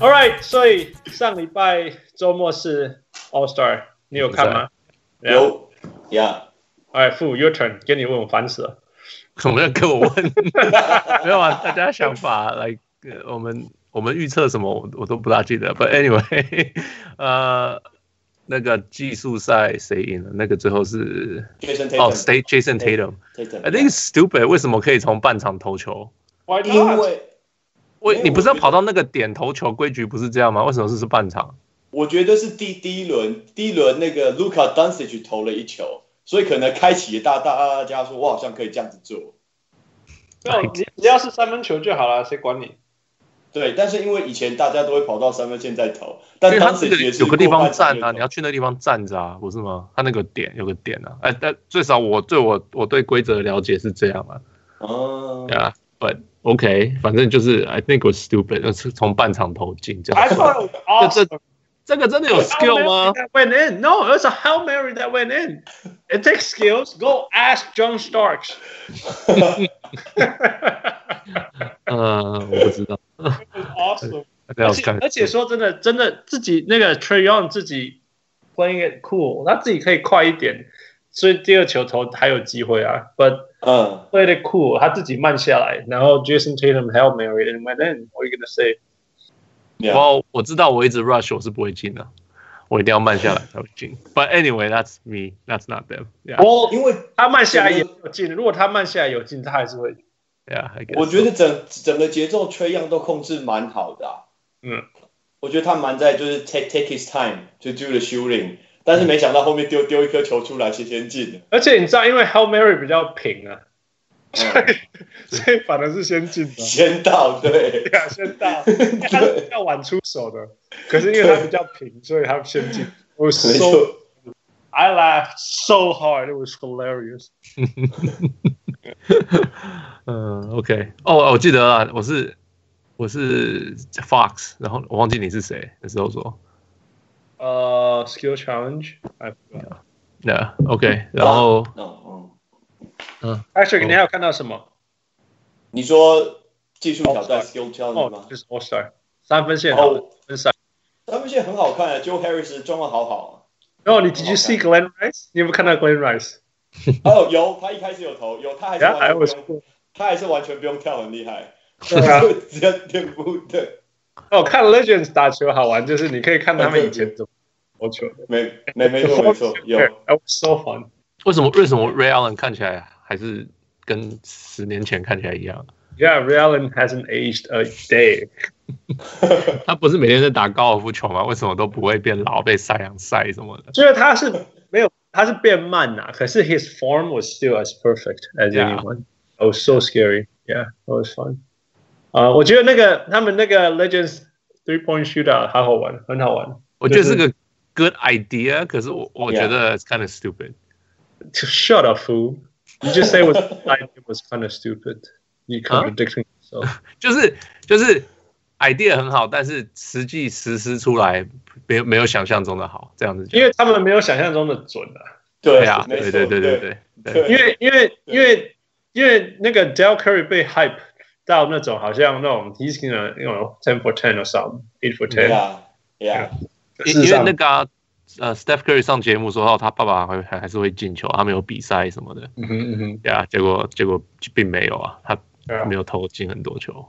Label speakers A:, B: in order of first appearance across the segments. A: All right，所以上礼拜周末是 All Star，你有看吗？
B: 有呀，
A: 哎，父，Your turn，给你问，我烦死了。
C: 总要跟我问，没有啊？大家想法 来、呃我们我们预测什么，我我都不大记得。But anyway，呃，那个技术赛谁赢了？那个最后是
B: Jason
C: 哦
B: Tatum，
C: ，State Jason Tatum。I think
B: Tatum，
C: it's stupid，为什么可以从半场投球？
A: Why
B: 因
A: not？
B: 为
C: 为
B: 因为
C: 你不是要
B: 我觉得
C: 跑到那个点投球规矩不是这样吗？为什么是是半场？
B: 我觉得是第第一轮，第一轮那个 Luka Doncic 投了一球，所以可能开启大大家说，我好像可以这样子做。
A: 没有，你只要是三分球就好了，谁管 你？
B: 对，但是因为以前大家都会跑到三分线再投，
C: 因
B: 但
C: 为他
B: 当
C: 这个
B: 时也是
C: 有个地
B: 过
C: 方
B: 半场
C: 站啊，
B: 就
C: 你
B: 投
C: 要去那地方站着啊，不是吗？他那个点有个点啊，哎，但最少我对我我对规则的了解是这样啊，
B: 哦
C: 对啊，But OK，反正就是 I think was stupid，就是从半场投进这
A: I
C: 样。
A: thought it was awesome.
C: 这个真的有
A: Hail
C: skill
A: Mary
C: 吗？
A: That went in. No, it was a Hail Mary that went in. It takes skills. Go ask John Starks.
C: 呃，我不知道。
A: awesome.
C: 那
A: 而
C: 要
A: 且
C: 看
A: 而且说真的，真的自己那个 Trey Young 自己 playing it cool，他自己可以快一点，所以第二球投还有机会啊。But
B: 嗯，
A: played it cool，他自己慢下来，然后 Jason Tatum hail Mary and went in. What are you gonna say？
B: Yeah
C: 我我知道我一直 rush 我是不会进的，我一定要慢下来才会进。But anyway，that's me，that's not them。Yeah，yeah，I
A: 我
B: 因为
A: 他慢下来也有进，如果他慢下来有进，他还是会。
C: guess。
B: 我觉得整整个节奏缺样都控制蛮好的、啊。
A: 嗯，
B: 我觉得他蛮在就是 take take his time to do the shooting，但是没想到后面丢丢一颗球出来，先先进了。
A: 而且你知道，因为 hail Mary 比较平啊，
B: 嗯、
A: 所以反而是先进的。
B: 先到对，
A: 对 啊，先到，因为他是比较晚出手的，可是因为他比较平，所以他先进。我
B: 没
A: so
B: 错。
A: I laughed so hard, it was hilarious.
C: 嗯，OK，哦，我记得了，我是我是 Fox，然后我忘记你是谁，那时候说，
A: 呃、s k i l l challenge, I forgot.
C: 那 OK，然后
B: 嗯嗯，
A: Actually，你还有看到什么？
B: 你说技术挑战
A: All-star
B: skill
A: 哦
B: challenge，吗
A: 就？是 All Star 三分线好的
B: 哦，
A: 分赛。
B: 他们现在很好看啊，Joe Harris 状况好啊好
A: 然后你 Did you see Glenn Rice？你有没有看到 Glenn Rice？
B: 啊。哦，有他一开始有投，有他还是
A: 然后
B: 完
A: I
B: 全
A: was
B: 不用，他还是完全不用跳，很厉害，
A: 对啊
B: 直接垫步对。
A: 哦，看 Legends 打球好玩，就是你可以看他们以前怎么投球的。
B: 没没没错 没错，有
A: I was so fun。
C: 为什么为什么 Ray Allen 看起来还是跟十年前看起来一样？
A: Yeah, Ray Allen hasn't aged a day.
C: 他不是每天在打高尔夫球吗？为什么都不会变老，被晒阳晒什么的？
A: 就是他是没有，他是变慢呐、可是 his form was still as perfect as
C: Yeah.
A: anyone. It was so scary. Yeah, it was fun. 啊、我觉得那个他们那个 Legends three point shootout 好好玩，很好玩。
C: 我觉得是个 good idea，可是我我觉得 it's kind of stupid。
A: To shut up, fool. You just say it was it was kind of stupid. You contradicting yourself.
C: 就是就是 idea 很好，但是实际实施出来没有没有想象中的好，这样子 讲。
A: 因为他们没有想象中的准啊。
B: 对
C: 对啊，
B: 没
C: 对
B: 错
C: 对对对对对。
A: 因为因为因为因为那个 Del Curry 被 hype 到那种好像那种 he's gonna you know ten for ten or something eight for ten，、
B: 呀呀，
C: 因因为那个、啊、呃，Steph Curry 上节目说到他爸爸还还还是会进球，他们有比赛什么的，
A: 嗯哼嗯哼，
C: 对啊，结果结果并没有啊，他
A: 对啊
C: 没有投进很多球。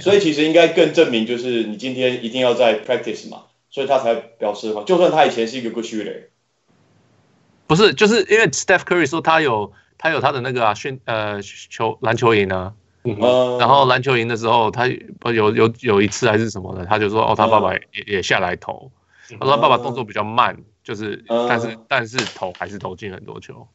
B: 所以其实应该更证明，就是你今天一定要在 practice 嘛，所以他才表示嘛，就算他以前是一个 good shooter，
C: 不是，就是因为 Steph Curry 说他有他有他的那个啊训呃球篮球营啊，
B: 嗯，
C: 然后篮球营的时候他不有有有一次还是什么的，他就说哦，他爸
B: 嗯
C: 爸也、也下来投，他说他爸爸动作比较慢，就是、
B: 嗯
C: 但是但是投还是投进很多球。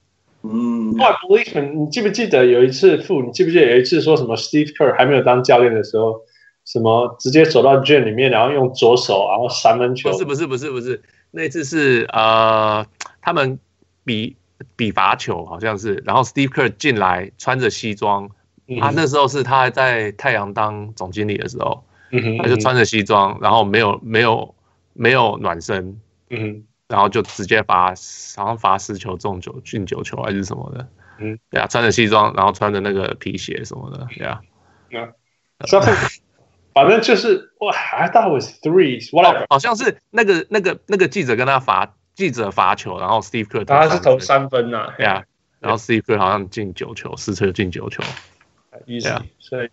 B: 嗯，
A: 哇 b l i c k m a n 你记不记得有一次父，你记不记得有一次说什么 Steve Kerr 还没有当教练的时候，什么直接走到圈里面，然后用左手然后三分球，
C: 不是不是不是不是，那次是呃，他们比比罚球好像是，然后 Steve Kerr 进来穿着西装，
A: 嗯
C: 他那时候是他还在太阳当总经理的时候，
A: 嗯哼
C: 他就，穿着西装，然后没有没有没有暖身，
A: 嗯
C: 然后就直接罚，好像罚十球中九进九球还是什么的，
A: 嗯，
C: 对啊，穿着西装，然后穿着那个皮鞋什么的，对啊，
A: 哼，So- 反正就是哇，I thought it was threes whatever，、
C: 哦好像是那个那个那个记者跟他罚记者罚球，然后 Steve Kerr
A: 然后啊他是投
C: 投
A: 三分呐、 啊，
C: 对啊，然后 Steve Kerr 好像进九球，四次就进九球，
A: easy，、
C: Yeah.
A: 所以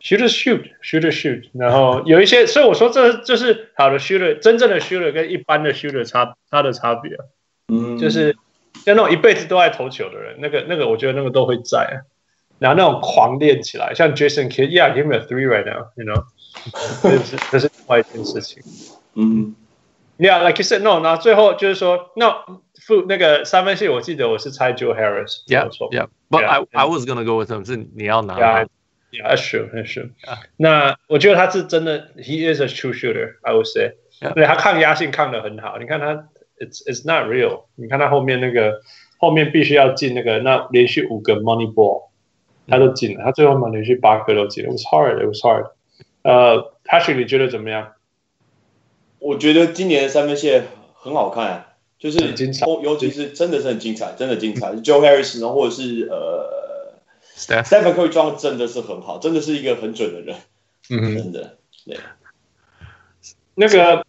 A: shooter shoot shooter shoot，然后有一些，所以我说这就是好的 shooter，真正的 shooter 跟一般的 shooter 差它的差别啊、
B: 嗯，
A: 就是像那种一辈子都爱投球的人，那个那个我觉得那个都会在啊、然后那种狂练起来，像 Jason Kidd，yeah，give me a three right now，you know，这是这是另外一件事情。
B: 嗯
A: Yeah，like you said，no，那最后就是说，no，负那个三分线，我记得我是猜 Joe Harris，没有
C: Yeah,
A: 错
C: yeah. But
A: Yeah.
C: I I was gonna go with him. 是你要拿
A: Yeah,
C: 他
A: yeah, that's true, that's true.
C: Yeah.
A: 那我觉得他是真的，he is a true shooter, I would say.
C: Yeah.
A: 对他抗压性抗得很好，你看他，it's it's not real。你看他后面那个，后面必须要进那个，那连续五个 money ball，他都进了，他最后嘛连续八个都进了，it was hard, it was hard。呃，Patrick，你觉得怎么样？
B: 我觉得今年的三分线很好看、啊，就是
A: 很精彩
B: 尤其是真的是很精彩，真的精彩。Joe Harris，然后或者是呃
C: Steph。
B: Stephen Curry 撞得真的是很好，真的是一个很准的人，
A: 嗯，
B: 真的。
A: 那个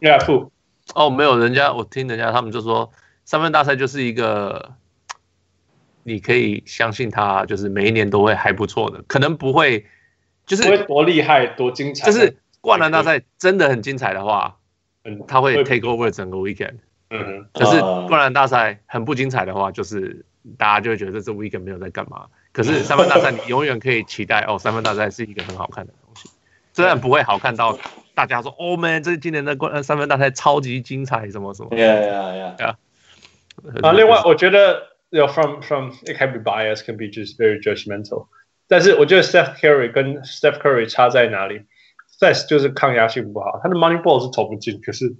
A: ，Yeah，傅，
C: 哦，没有，人家我听人家他们就说，三分大赛就是一个，你可以相信他，就是每一年都会还不错的，可能不会，就
A: 不会
C: 是
A: 多厉害，多精彩，
C: 就是灌篮大赛真的很精彩的话，
A: 嗯
C: 他会 take over 整个 weekend。
A: 嗯，
C: 可是
B: 啊
C: 灌篮大赛很不精彩的话，就是大家就会觉得这 weekend 没有在干嘛。可是三分大赛，你永远可以期待哦，三分大赛是一个很好看的东西，虽然不会好看到大家说哦 man，这今年的灌呃三分大赛超级精彩，什么什么。
B: Yeah, yeah, yeah.
A: 啊，另外我觉得有 from from it can be biased, can be just very judgmental。但是我觉得 Steph Curry 跟 Steph Curry 差在哪里？Steph 就是抗压性不好，他的 Money Ball 是投不进，可是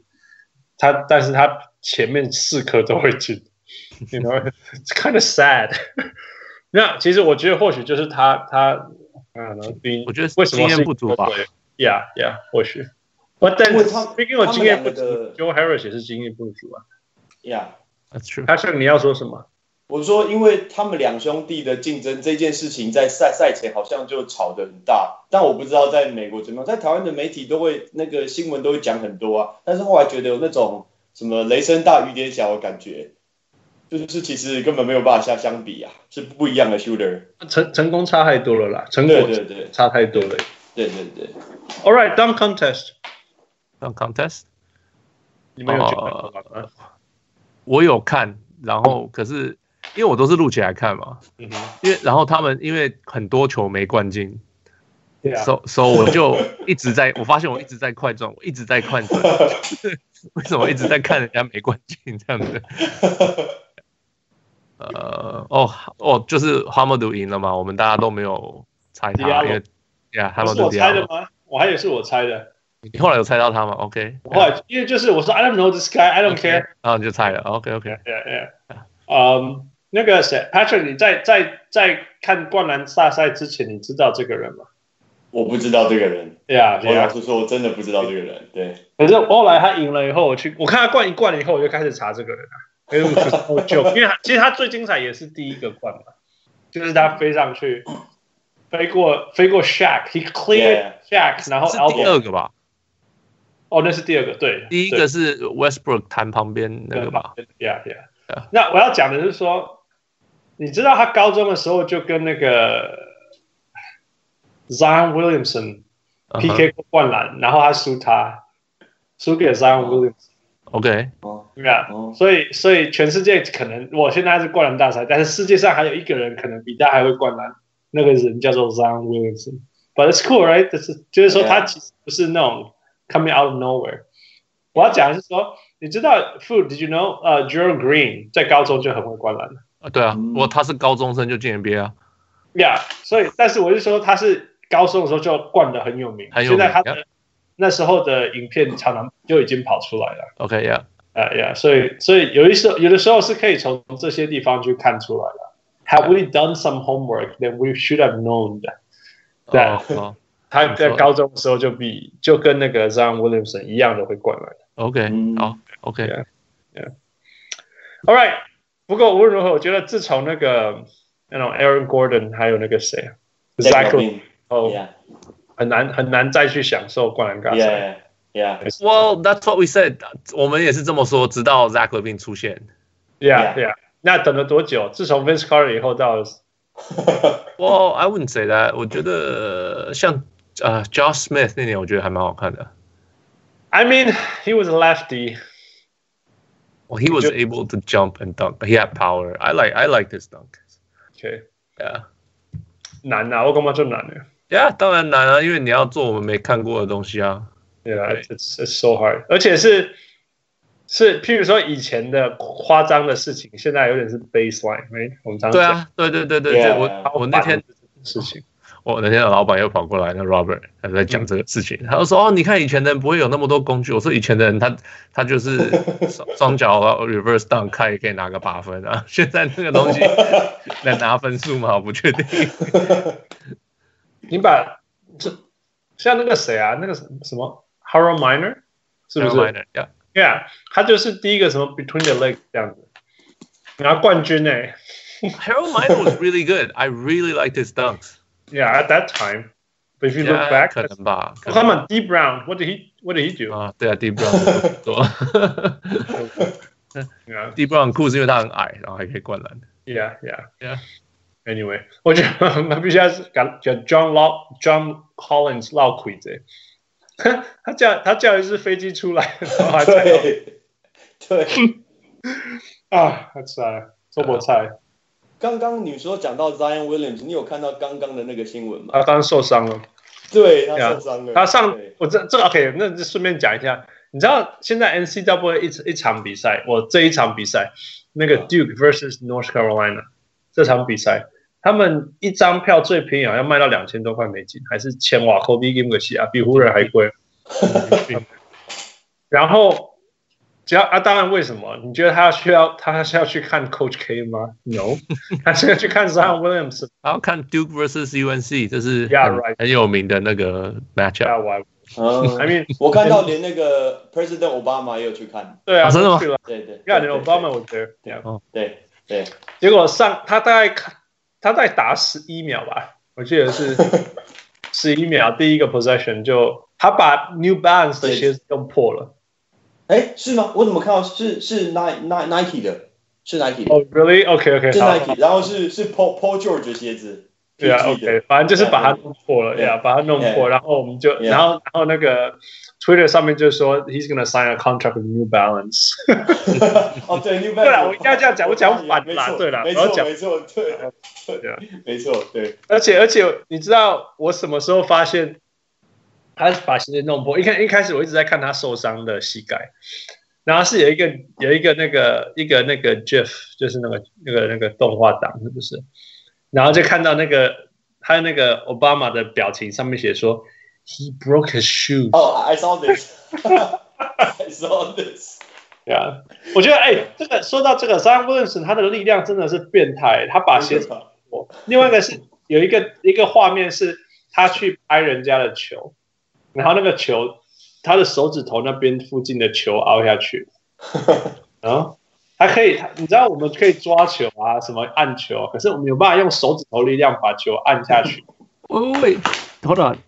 A: 他但是他前面四颗都会进，you know it's kind of sad。那其实我觉得或许就是他他嗯，比
C: 我觉得
A: 为什么
C: 经验不足吧
A: ？Yeah, yeah，或许。我但
B: 因为他
A: 毕竟我经验不足
B: 他们两个的
A: ，Joe Harris 也是经验不足啊。
B: yeah.
C: That's true。
A: 他说你要说什么？
B: 我说，因为他们两兄弟的竞争这件事情，在赛赛前好像就吵得很大，但我不知道在美国怎么样，在台湾的媒体都会那个新闻都会讲很多啊，但是后来觉得有那种什么雷声大雨点小的感觉，就是其实根本没有办法相相比啊，是不一样的 shooter。
A: 成成功差太多了啦，成果
B: 对对对
A: 差太多了。
B: 对对对，
A: All right, dunk contest，
C: 当 contest
A: 你们有去看过吗？
C: 我有看，然后
A: 哦
C: 可是因为我都是录起来看嘛，
A: 嗯哼，
C: 因为然后他们因为很多球没灌进，
A: 对啊，
C: 所所以我就一直在，我发现我一直在快转，我一直在 快转，为什么一直在看人家没灌进这 样子？呃，哦哦，就是哈默德赢了嘛，我们大家都没有猜他，
A: Diallo
C: 因为呀，哈
A: 不
C: 默
A: 是
C: 德
A: 我猜的
C: 赢
A: 吗？我还以为是我猜的，
C: 你后来有猜到他吗？OK，
A: 我后来因为就是我说 I don't know this guy, I don't care，
C: 然后你就猜了，OK OK。
A: yeah, yeah. 嗯，那个谁，Patrick，你在在在看灌篮大赛之前，你知道这个人吗
B: 我不知道这个人，
A: ？Yeah,
B: 我
A: yeah.
B: 老实说，我真的不知道这个人。对，
A: 可是后来他赢了以后，我去我看他灌一灌了以后，我就开始查这个人了，因为我我就 因为他其实他最精彩也是第一个灌嘛，就是他飞上去，飞过飞过 Shaq，he cleared Shaq，、然后
C: 是第
A: elbow，
C: 二个吧？
A: 哦那是第二个，对，
C: 第一
A: 对
C: 个是 Westbrook 弹旁边那个吧？
A: Yeah, yeah.
C: Yeah.
A: 那我要讲的是说，你知道他高中的时候就跟那个 Zion Williamson
C: 嗯哼
A: PK 灌篮然后他输他，输给 Zion
C: 哦
A: Williamson。
C: OK，
B: 哦，
A: 对啊
B: 哦，
A: 所以所以全世界可能我现在是灌篮大赛，但是世界上还有一个人可能比他还会灌篮，那个人叫做 Zion Williamson。But it's cool, right？就是就是说
B: Yeah.
A: 他其实不是那种 coming out of nowhere。我要讲的是说，你知道 Food Did you know？呃、g e r a l d Green 在高中就很会灌篮了
C: 啊对啊，
B: 嗯
C: 不过他是高中生就进 NBA 啊，
A: ，Yeah。所以，但是我是说他是高中的时候就灌的很有名，
C: 很有
A: 现
C: 名
A: 在他的
C: yeah
A: 那时候的影片常常就已经跑出来了。
C: OK yeah，
A: 呃呀，所以所以有一时候有的时候是可以从这些地方去看出来的。Have we done some homework that we should have known？的对啊
C: 哦哦
A: 他在高中的时候就比就跟那个 Zion Williamson 一样的会灌篮。
C: ，OK，
B: 嗯
C: 好 OK，
A: Yeah All right，不过无论如何，我觉得自从那个那种 Aaron Gordon 还有那个谁
B: Zach
A: Zach
B: Levine，
A: 哦
B: yeah
A: 很难很难再去享受灌篮高手。
B: Yeah, yeah.
C: Well, that's what we said。我们也是这么说，直到 Zach Levine 出现。
A: Yeah, yeah. 那等了多久？自从 Vince Carter 以后到
C: Well, I wouldn't say that。我觉得像呃 Josh Smith 那年，我觉得还蛮好看的。
A: I mean, he was a lefty.
C: Well, he was
A: Ju-
C: able to jump and dunk, but he had power. I like I like this dunk.
A: OK，
C: Yeah.
A: 难啊，我干嘛就难了
C: Yeah，当然难啊，因为你要做我们没看过的东西啊。
A: ？Yeah, it's it's so hard。而且是是，譬如说以前的夸张的事情，现在有点是 baseline。没，我们常常
C: 对啊，对对对对对
B: Yeah
C: 我我那天
A: 事情。
C: 我哦那天的老板又跑过来，那 Robert 他在讲这个
A: 嗯
C: 事情，他就说哦，你看以前的人不会有那么多工具，我说以前的人他他就是 双双脚 reverse dunk 看也可以拿个八分啊，现在那个东 西 能拿分数吗？我 不确定。
A: 你把这像那个谁啊，那个什么 Harold Miner 是不是
C: Carolina，yeah
A: ？Yeah，他就是第一个什么 Between the Legs 这样子，拿冠军欸呢、
C: Harold Miner was really good. I really like his dunks.
A: Yeah, at that time. But if you look
C: Yeah，
A: back,
C: 可能吧。可
A: Oh,
C: 能
A: come on, D Brown. What did he? What did he do?
C: 啊，对啊，D Brown 多
A: Yeah,
C: ，D Brown 很酷是因为他很矮，然后还可以灌篮。
A: yeah, yeah,
C: Yeah.
A: Anyway, 我觉得我们必须要讲讲 John Law John Collins 闹鬼子。 他叫他叫一只飞机出来，然 后还在
B: 对，对。
A: 嗯啊，他出来了，做菠菜。
B: 刚刚你说讲到 Zion Williams，你有看到刚刚的那个新闻吗？
A: 他当然受伤了。
B: 对，
A: Yeah，
B: 他受伤了。
A: 啊他上
B: 对
A: 我这这个 OK，那就顺便讲一下，你知道现在 NCAA 一一场比赛，我这一场比赛，那
C: 啊
A: 个 Duke versus North Carolina 这场比赛，他们一张票最便宜好像卖到两千多块美金，还是千瓦扣 B game 个西啊，比湖人还 贵。然后只要啊，当然为什么？你觉得他需要他是要去看 Coach K 吗？No，他 是要去看 Zion Williams
C: 然后看 Duke vs UNC，这是
A: Yeah,
C: 很
A: right.
C: 很有名的那个 matchup。
A: 大玩。I
B: 嗯，
A: mean，
B: 我看到连那个 President Obama 也有去看。
A: 对啊，
C: 啊真的吗
A: 去了，
B: 对对，
A: 亚
B: 对
A: 连
B: 对
A: Obama 我觉得。Yeah
B: 对对，
A: 结果上他大概看他在打十一秒吧，我记得是十一秒，第一个 possession 就他把 New Balance 的鞋子弄破了。
B: 哎，是吗？我怎么看到是是 Nike Nike 的，是 Nike 的，
A: 哦、r e a l l y o k OK，
B: 是
A: 好，
B: Nike，然后是是 Paul Paul George 的鞋子。
A: 对啊
B: PG 的
A: ，OK，反正就是把它弄破了，
B: 对
A: 呀，把它弄破，
B: 对
A: 然后我们就，
B: 对
A: 然后然后那个 Twitter 上面就说 he's gonna sign a contract with New Balance。
B: 哦，对，New
A: 对
B: Balance。
A: 啦啊我一定要这样讲我讲反啦
B: 没错
A: 对啦
B: 没
A: 我要
B: 错，
A: 讲
B: 没错，对
A: 对啊，
B: 没错，对，
A: 而且而且，你知道我什么时候发现他把鞋子弄破？一开一开始我一直在看他受伤的膝盖，然后是有一个有一个那个一个那个 GIF，就是那个那个那个动画档，是不是？然后就看到那个他那个 Obama 的表情上面写说 He broke his shoe。
B: 哦，I saw this，I saw this。
A: 对啊，我觉得哎、这个说到这个 Zion Williamson，他的力量真的是变态，他把鞋子我另外一个是有一个一个画面是他去拍人家的球，然后那个球他的手指头那边附近的球凹下 去，然后他可以，他你知道我们可以抓球啊，什么按球，可是我们有办法用手指头力量把球按下去。
C: 喂喂喂，Hold on，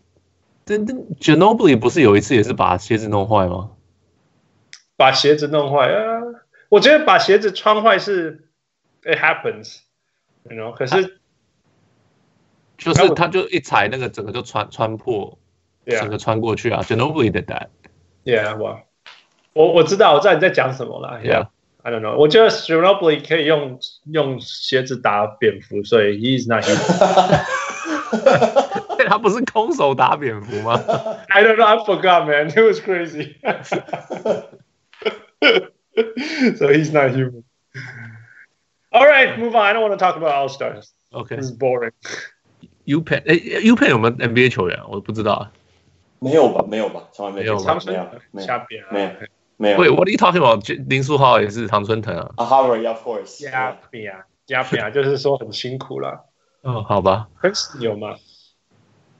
C: 真的 Ginobili 不是有一次也是把鞋子弄坏吗？
A: 把鞋子弄坏啊！我觉得把鞋子穿坏是 it happens，you know，可是
C: 就
A: 哎
C: 是
A: 我
C: 他就一踩那个整个就穿穿破，整个穿过去啊，Ginobili 的 dad。
A: yeah，yeah，我我我知道，我知道你在讲什么啦
C: Yeah，
A: I don't know，我觉得 Ginobili 可以用用鞋子打蝙蝠，所以 he's not he。
C: 他不是空手打蝙蝠 吗？
A: I don't know, I forgot, man. It was crazy. so he's not human. All right, move on. I don't want to talk about All Stars.
C: OK，
A: This is boring.
C: U Pen，哎，U Pen 有没有 NBA 球员？我不知道。啊。
B: 没有吧？没有吧？从来没
C: 没有
B: 听
C: 吧
B: 过
A: 长春
B: 没有，
A: 下边
B: 没有
A: 啊，
B: 没有。
C: 喂，What are you talking about？林书豪也是唐春藤啊。
B: 啊，Harvard，of course。
A: 下边啊，下边啊，就是说很辛苦啦。
C: 哦，好吧，
A: Princeton 有吗？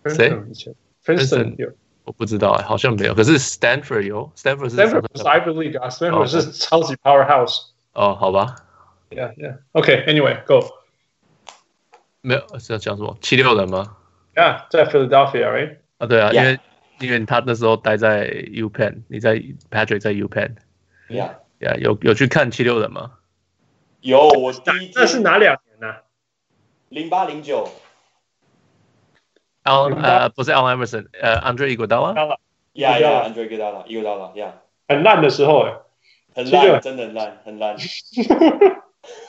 C: 谁
A: Princeton 以前？Princeton 有
C: 我不知道哎，好像没有。可是 Stanford 有，Stanford 是
A: ，Stanford 不是 Ivy League 啊，Stanford
C: 哦
A: 是 超级 powerhouse。
C: 哦，好吧，
A: Yeah, yeah. Okay. Anyway, go.
C: 没有是要讲什么？七六人吗？
A: Yeah, 在啊 Philadelphia, 哎 right?
C: 啊，对啊，因
B: Yeah
C: 为因为他那时候待在 U Penn，你在 Patrick 在 U Penn，
B: 呀、
C: 呀、有有去看七六人吗？
B: 有我第一
A: 那是哪两年呢、啊
B: 零八零九
C: 阿
B: Oh，
A: 明白
C: 呃不是 Alan Emerson，呃 Andre Iguodala，
B: 呀
A: 一个
B: 呀
A: 啦
B: a n d r e g u d a l a u g u d a l a 呀，
A: 很烂的时候哎、
B: 很
A: 其实
B: 烂，真的很烂，很烂，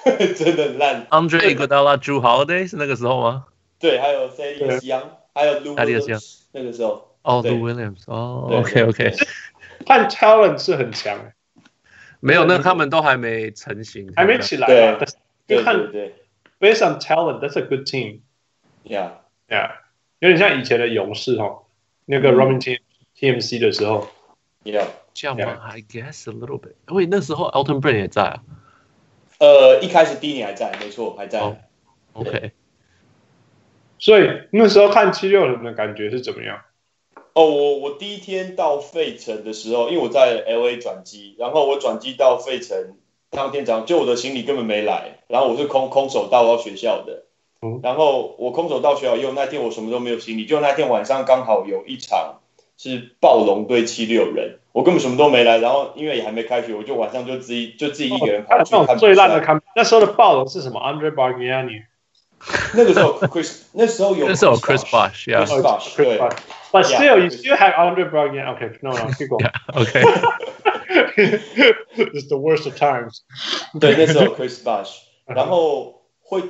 B: 真的很烂。
C: Andre Iguodala、Drew Holiday 是那个时候吗？
B: 对，还有 c e l i s Young，还有 Lou
C: Thaddeus
B: Williams，那个时候，
C: 哦、
B: 对
C: l o u Williams，哦、
B: 对
C: o k OK，
B: 对
A: 但 talent 是很强、欸，
C: 没有，那他们都还没成型，
A: 还没起来
B: 对
A: 嘛。但是
B: 对
A: 就
B: 对
A: 看
B: 对
A: based on talent, that's a good team.
B: ，Yeah，
A: Yeah，有点像以前的勇士哦，那个
B: 嗯
A: Robin T TMC 的时候，
B: Yeah，
C: 这样吗？I guess a little bit，因为那时候 Elton Brand 也在啊
B: 呃，一开始 d 你还在，没错，还在。
C: 哦，OK，
A: 所以那时候看七六人的感觉是怎么样？
B: 哦，我我第一天到费城的时候，因为我在 L A 转机，然后我转机到费城当天早上，就我的行李根本没来，然后我是空空手到到学校的
A: 嗯，
B: 然后我空手到学校以后，那天我什么都没有行李，就那天晚上刚好有一场是暴龙对七六人，我根本什么都没来，然后因为也还没开学，我就晚上就自己就自己一个人
A: 看
B: 跑
A: 了哦
B: 去
A: 那
B: 看
A: 种
B: 比
A: 最烂的
B: 赛，
A: 看，那时候的暴龙是什么？Andre Bargnani，
B: 那个时候 Chris 那时候有
C: 那时候 Chris
B: Bosh
C: Bosh，Yeah，OK，、
B: Chris Bosh，对
A: 哦 But
B: Yeah.
A: still, you still have Andre Bargnani. Okay, no, no, keep going.
C: OK
A: It's the worst of times.
B: 对，那时候 Chris Bosh，
A: 嗯
B: 然后会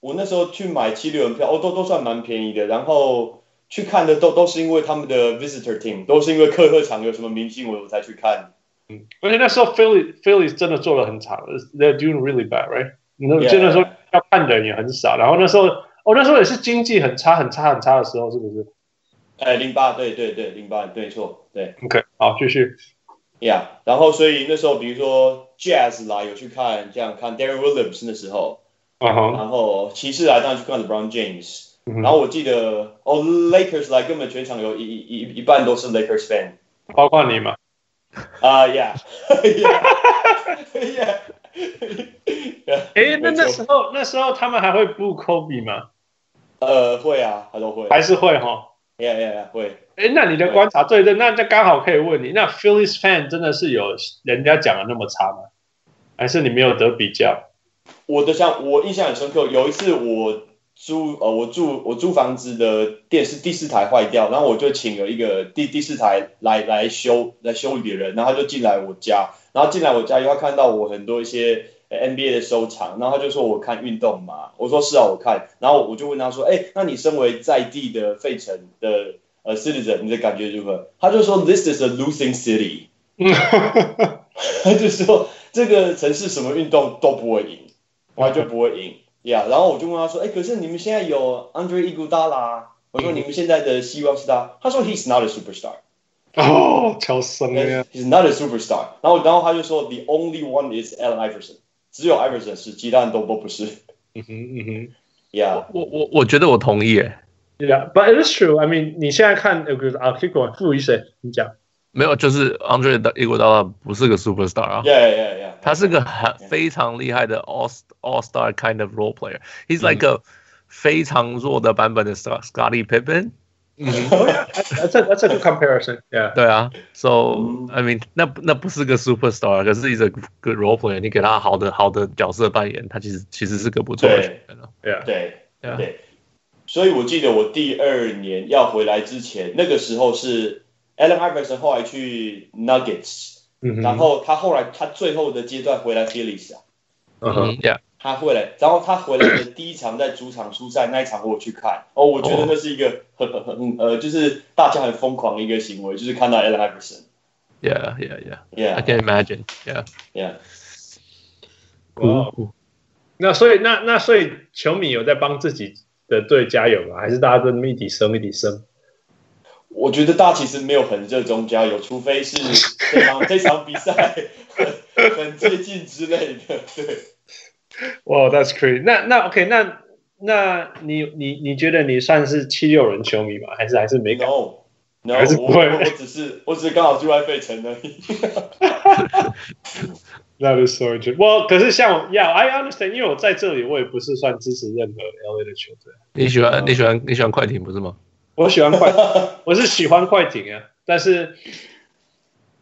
B: 我那时候去买七六人票，哦，都都算蛮便宜的。然后去看的都都是因为他们的 visitor team，都是因为客客场有什么明星，我我才去看。
A: 嗯，而且那时候 Philly Philly 真的做的很惨，They're doing really bad, right？那
B: Yeah.
A: 真的说要看的人也很少，然后那时候哦，那时候也是经济很差、很差、很差的时候，是不是
B: 哎，零八，对对对，零八，对错，对
A: ？OK，好，继续。
B: ，Yeah。然后所以那时候比如说 Jazz 来有去看，这样看 Darren Williams 那时候，
A: 啊哈，
B: 然后骑士来当然去看 LeBron James，
A: 嗯
B: 然后我记得哦 Lakers 来根本全场有一一一一半都是 Lakers fan。
A: 包括你嘛，
B: 啊、呀 yeah, yeah.
A: 诶，哎那
B: 没错
A: 那时候那时候他们还会布 Kobe 吗？
B: 呃，会啊，他都会。
A: 还是会哈？
B: 呀呀呀，会。
A: 诶，那你的观察对对，那那刚好可以问你，那 Phillies fan 真的是有人家讲的那么差吗？还是你没有得比较？
B: 我的像我印象很深刻，有一次我租呃我住我租房子的电视第四台坏掉，然后我就请了一个第第四台来来修来修理的人，然后他就进来我家，然后进来我家以后他看到我很多一些呃 NBA 的收藏，然后他就说我看运动嘛，我说是啊我看，然后我就问他说，哎，那你身为在地的费城的呃 citizen，你的感觉如何？他就说 This is a losing city。他就说这个城市什么运动都不会赢，
C: 嗯
B: 完全不会赢呀。Yeah, 然后我就问他说，哎，可是你们现在有 Andre Iguodala，啊我
C: 嗯
B: 说你们现在的希望是他，他说 He's not a superstar，He's
A: 哦，乔森
C: 嗯
A: 呀，
B: not a superstar。然后然后他就说 The only one is Allen Iverson，只有 Iverson 是，其他人都都不是。
A: 嗯哼嗯哼。
B: Yeah，
C: 我我我觉得我同意耶，
A: Yeah, but it is true. I mean，你现在看，呃，比如说啊，keep going，傅雨水，你讲。
C: 没有，就是 Andre Iguodala 不是个 superstar 啊。
B: yeah yeah yeah，
C: 他是个很
B: Yeah.
C: 非常厉害的 all all star kind of role player。He's like a 非常弱的版本的 Scott- Scottie Pippen。
B: 嗯
A: Oh, That's a that's a good comparison. Yeah.
C: 对啊，So
B: 嗯
C: I mean，那那不是个 superstar，可是 he's a good role player。你给他好的好的角色扮演，他其实其实是个不错的
B: 对
C: 球员啊。
B: 对
C: Yeah.
B: 对，所以我记得我第二年要回来之前，那个时候是 Allen Iverson 后来去 Nuggets，、
A: 嗯
B: 然后他后来他最后的阶段回来 Phillies 啊，
A: 嗯哼，
C: Yeah，
B: 他回来， 然后他回来的第一场在主场出赛那一场我有去看，哦，我觉得那是一个很很很呃，就是大家很疯狂的一个行为，就是看到 Allen Iverson，Yeah
C: yeah yeah yeah。I can imagine. Yeah.
B: Yeah，嗯
A: 哇哦
C: Cool.
A: 那所以那那所以球迷有在帮自己的队加油吗？还是大家都那么一起升一起升？
B: 我觉得大家其实没有很热衷加油，除 非是这场这场比赛很很接近之类的，对。
A: 哇、t h a t s crazy 那。那 OK，那那你你你觉得你算是七六人球迷吗？还是还是没感？
B: No，no，
A: 还是不
B: 我
A: 会
B: 我我只是我只是刚好住在费城而已。
A: That is so true. 我可是像我，Yeah，I understand，因为我在这里我也不是算支持任何 LA 的球队。嗯
C: 你喜欢你喜欢你喜欢快艇不是吗？
A: 我喜欢快，我是喜欢快艇啊，但是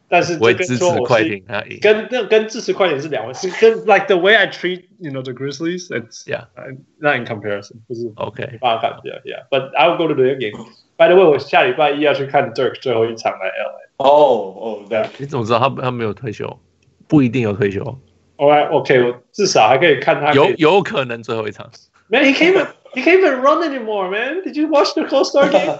A: 但是这
C: 我也
A: 跟
C: 支
A: 说
C: 持
A: 我
C: 快
A: 是
C: 艇他赢。
A: 跟那跟支持快艇是两回事，跟 like the way I treat you know the Grizzlies it's
C: Yeah.
A: uh, not in comparison，不是
C: OK，
A: 办法比较 yeah，but I will go to the game。By the way，我下礼拜一要去看 Dirk 最后一场来 LA。
B: 哦哦，对，
C: 你怎么知道他他没有退休？不一定有退休，
A: All right, OK，我至少还可以看他可以
C: 有有可能最后一场，
A: Man, he can't even he can't even run anymore, man. Did you watch the All Star game?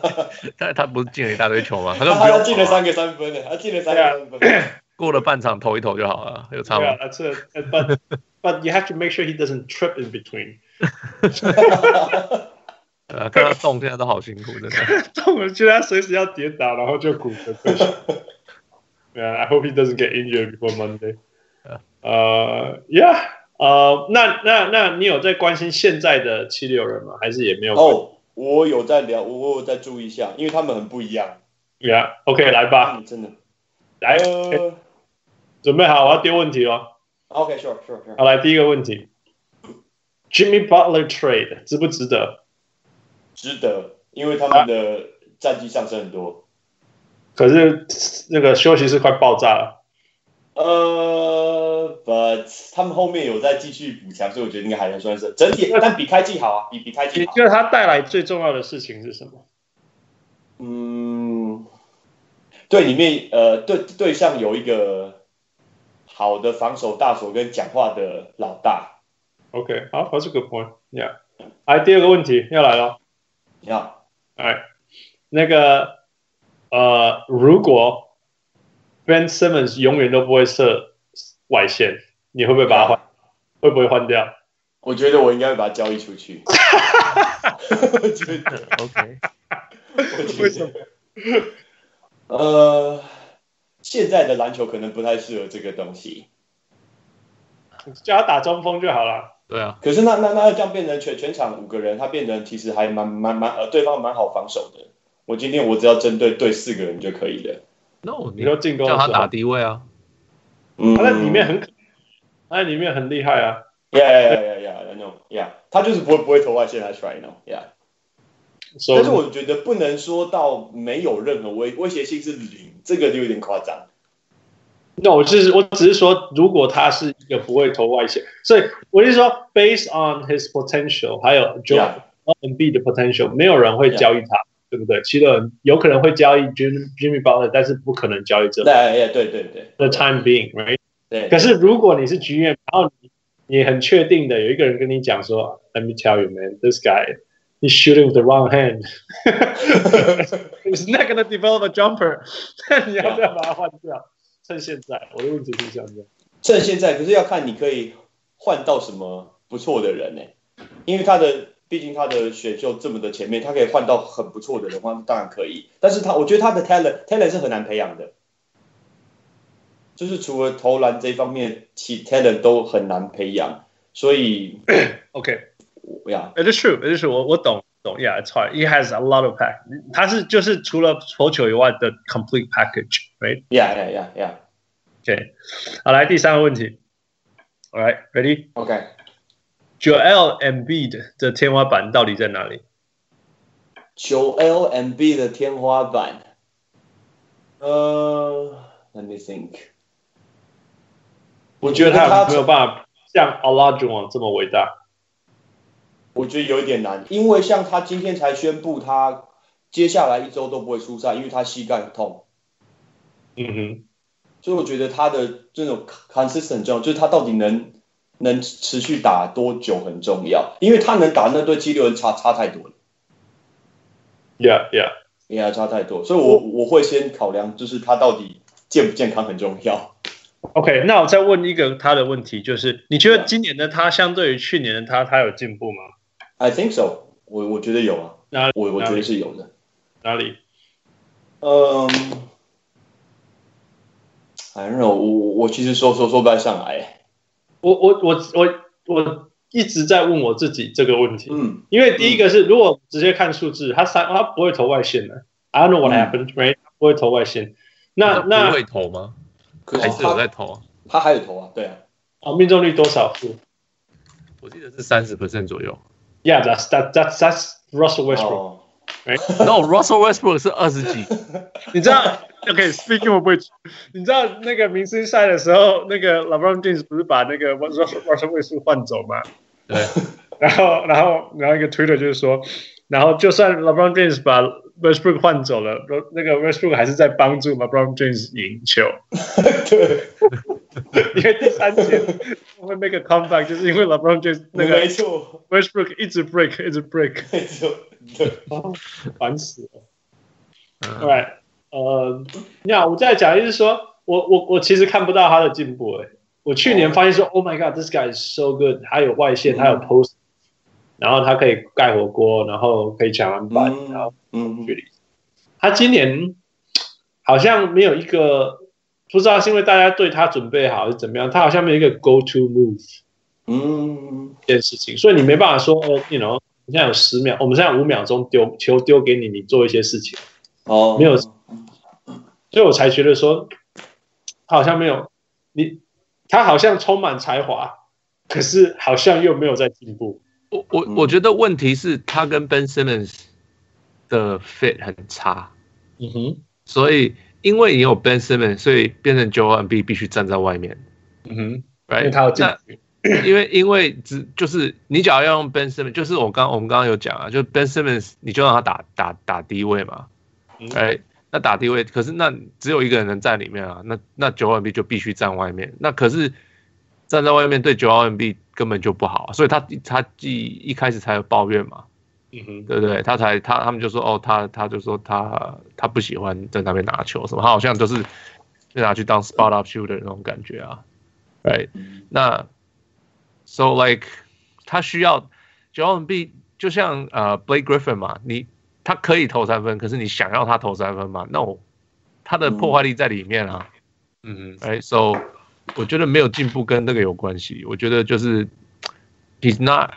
C: 但是他不是进了一大堆球 吗？他都
B: 他
C: 不
B: 他
C: 用
B: 进了
C: 投啊
B: 三个三分的，他进了三个三分，
C: 过了半场投一投就好了，有差吗
B: 啊
A: yeah, that's it. But but you have to make sure he doesn't trip in between.
C: 对啊，看他动现在都好辛苦，真 的。
A: 但我觉得他随时要跌倒，然后就骨折退休。Yeah, I hope he doesn't get injured before Monday.
C: Yeah.
A: Uh, yeah. 呃、那那那你有在关心现在的七六人吗？还是也没有？
B: 哦，我有在聊，我我有在注意一下，因为他们很不一样，
A: ，Yeah，OK，、来吧，
B: 嗯，真的。
A: 来，
B: 呃
A: 准备好，我要丢问题哦。
B: ，OK，sure sure sure，
A: 好，来第一个问题，Jimmy Butler trade 值不值得？
B: 值得，因为他们的战绩上升很多。
A: 可是那个休息室快爆炸了。
B: 呃，but 他们后面有在继续补强，所以我觉得应该还算是整体，但比开季好啊，比比开
A: 你
B: 季好
A: 觉。得他带来最重要的事情是什么？
B: 嗯，对，里面呃，对对象有一个好的防守大手跟讲话的老大，
A: OK，好，好，这个 point。Yeah，来第二个问题要来了。
B: 你看，
A: 哎，那个呃，如果 Ben Simmons 永远都不会射外线，你会不会把他
C: 啊
A: 换？会不会换掉？
B: 我觉得我应该会把它交易出去。我觉得，
C: OK，
B: 我 觉得
A: 为什么？
B: 呃，现在的篮球可能不太适合这个东西。
A: 叫他打中锋就好了。
C: 对啊，
B: 可是那那那这样变成全全场五个人，他变成其实还蛮蛮蛮呃，对方蛮好防守的。我今天我只要针对对四个人就可以了。
C: no，
A: 你
C: 你
A: 说进攻
C: 叫
A: 的时候
C: 他打，低位啊，
B: 嗯
A: 他在里面很可，他在里面很厉害啊。
B: ，yeah yeah yeah yeah yeah no yeah，他就是不会不会投外线来 try no yeah。
A: So,
B: 但是我觉得不能说到没有任何威威胁性是零，这个就有点夸张。
A: 那我就是我只是说，如果他是一个不会投外线，所以我是说，based on his potential，还有 Joel
B: Yeah.
A: n b 的 potential，没有人会交易他对不对？七六人有可能会交易 Jimmy Jimmy Butler，但是不可能交易这
B: 对对对对
A: the
B: 对
A: time being，right？
B: 对。
A: 可是如果你是 GM，然后你你很确定的有一个人跟你讲说，Let me tell you, man, this guy he's shooting with the wrong hand, he's not gonna develop a jumper 。 你要不要把他换掉？趁现在，我的问题是这样子。
B: 趁现在，可是要看你可以换到什么不错的人呢、欸因为他的毕竟他的选秀这么的前面，他可以换到很不错的人，话当然可以。但是他我觉得他的 talent talent 是很难培养的，就是除了投篮这一方面，其 talent 都很难培养。所以
A: OK。
B: 我呀，
A: It is true, it is true. 我我懂懂，Yeah, it's hard. He has a lot of pack. 他是就是除了投球以外的 complete package, right?
B: 呀呀呀呀
A: OK，好，来第三个问题。All right, ready?
B: ，OK，
A: Joel Embiid 的天花板到底在哪里？
B: 九 LMB 的天花板，呃，Let me think，我
A: 我觉
B: 觉
A: 得
B: 得他
A: 他没有办法像 Olajuwon 这么伟大。
B: 我觉得有一点难，因为像他今天才宣布他接下来一周都不会出赛，因为他膝盖很痛，
A: 嗯哼，
B: 所以我觉得他的这种 consistent 重要，就是他到底能能持续打多久很重要，因为他能打那对七六人差差太多了，
A: Yeah, yeah.
B: 也还差太多，所以我我会先考量就是他到底健不健康很重要。
A: OK，那我再问一个他的问题，就是你觉得今年的他相对于去年的他，他有进步吗？
B: I think so，我我觉得有啊，
A: 哪
B: 我我觉
A: 哪
B: 得
A: 里
B: 是有的。
A: 哪里？
B: 嗯，反正我我我其实说说说不太上来。
A: 我我我我我一直在问我自己这个问题。
B: 嗯
A: 因为第一个是，如果直接看数字，他三他不会投外线的。I don't know what
B: 嗯
A: happened, right？他不会投外线。那
C: 他
A: 那
C: 不会投吗？
B: 可
C: 还
B: 是
C: 是有在
B: 他
C: 投啊？
B: 他还有投啊，对啊，
A: 哦，命中率多少负
C: 我记得是三十 percent 左右。
A: ？Yeah, that's that that's that's Russell Westbrook.、
B: 哦
A: 没
C: No，Russell Westbrook 是二十几，
A: 你知 道？OK，speaking、of which，你知道那个明星赛的时候，那个 LeBron James 不是把那个 Russell Russell Westbrook 换走吗？
C: 对，
A: 然后，然后，然后一个 Twitter 就是说，然后就算 LeBron James 把 Westbrook 换走了，那个 Westbrook 还是在帮助 LeBron James 赢球，
B: 对，
A: 因为第三节会 make a comeback，就是因为 LeBron James 那个
B: 没错，
A: Westbrook 一直 break，一直 break，
B: 没错，对，
A: 烦死了。
C: 嗯
A: Right，呃，那我再讲，就是说我我我其实看不到他的进步诶、我去年发现说、o h my God，this guy is so good，他有外线，
B: 嗯
A: 他有 post，、然后他可以盖火锅，然后可以抢篮板，
B: 嗯
A: 然后
B: 嗯，
A: 他今年好像没有一个，不知道是因为大家对他准备好还是怎么样，他好像没有一个 go to move
B: 嗯，
A: 这件事情，所以你没办法说，哦，你 know，你现在有十秒，我们现在有五秒钟丢球丢给你，你做一些事情。
B: 哦，
A: 没有所以我才觉得说，他好像没有你，他好像充满才华，可是好像又没有在进步。
C: 我我我觉得问题是他跟 Ben Simmons 的 fit 很差，
A: 嗯哼，
C: 所以因为你有 Ben Simmons，所以变成 Joel b 必须站在外面
A: 嗯哼，因为
C: ，right？
A: 他要进
C: 那因为因为只就是你只要要用 Ben Simmons，就是我刚我们刚刚有讲啊，就 Ben Simmons 你就让他打打打低位嘛，
A: 嗯
C: 哎、那打低位，可是那只有一个人能站里面啊，那那九 M B 就必须站外面，那可是站在外面对九 M B 根本就不好啊、所以他他既一开始才有抱怨嘛，
A: 嗯哼，
C: 对不对？他才他他们就说哦，他他就说他他不喜欢在那边拿球什么，他好像就是被拿去当 spot up shooter 那种感觉啊，right？那
B: 嗯
C: so like 他需要 Joel B 就像呃 Blake Griffin 嘛，你他可以投三分，可是你想要他投三分嘛？那我他的破坏力在里面啊，
A: 嗯哼，
C: right? So 我觉得没有进步跟那个有关系，我觉得就是 he's not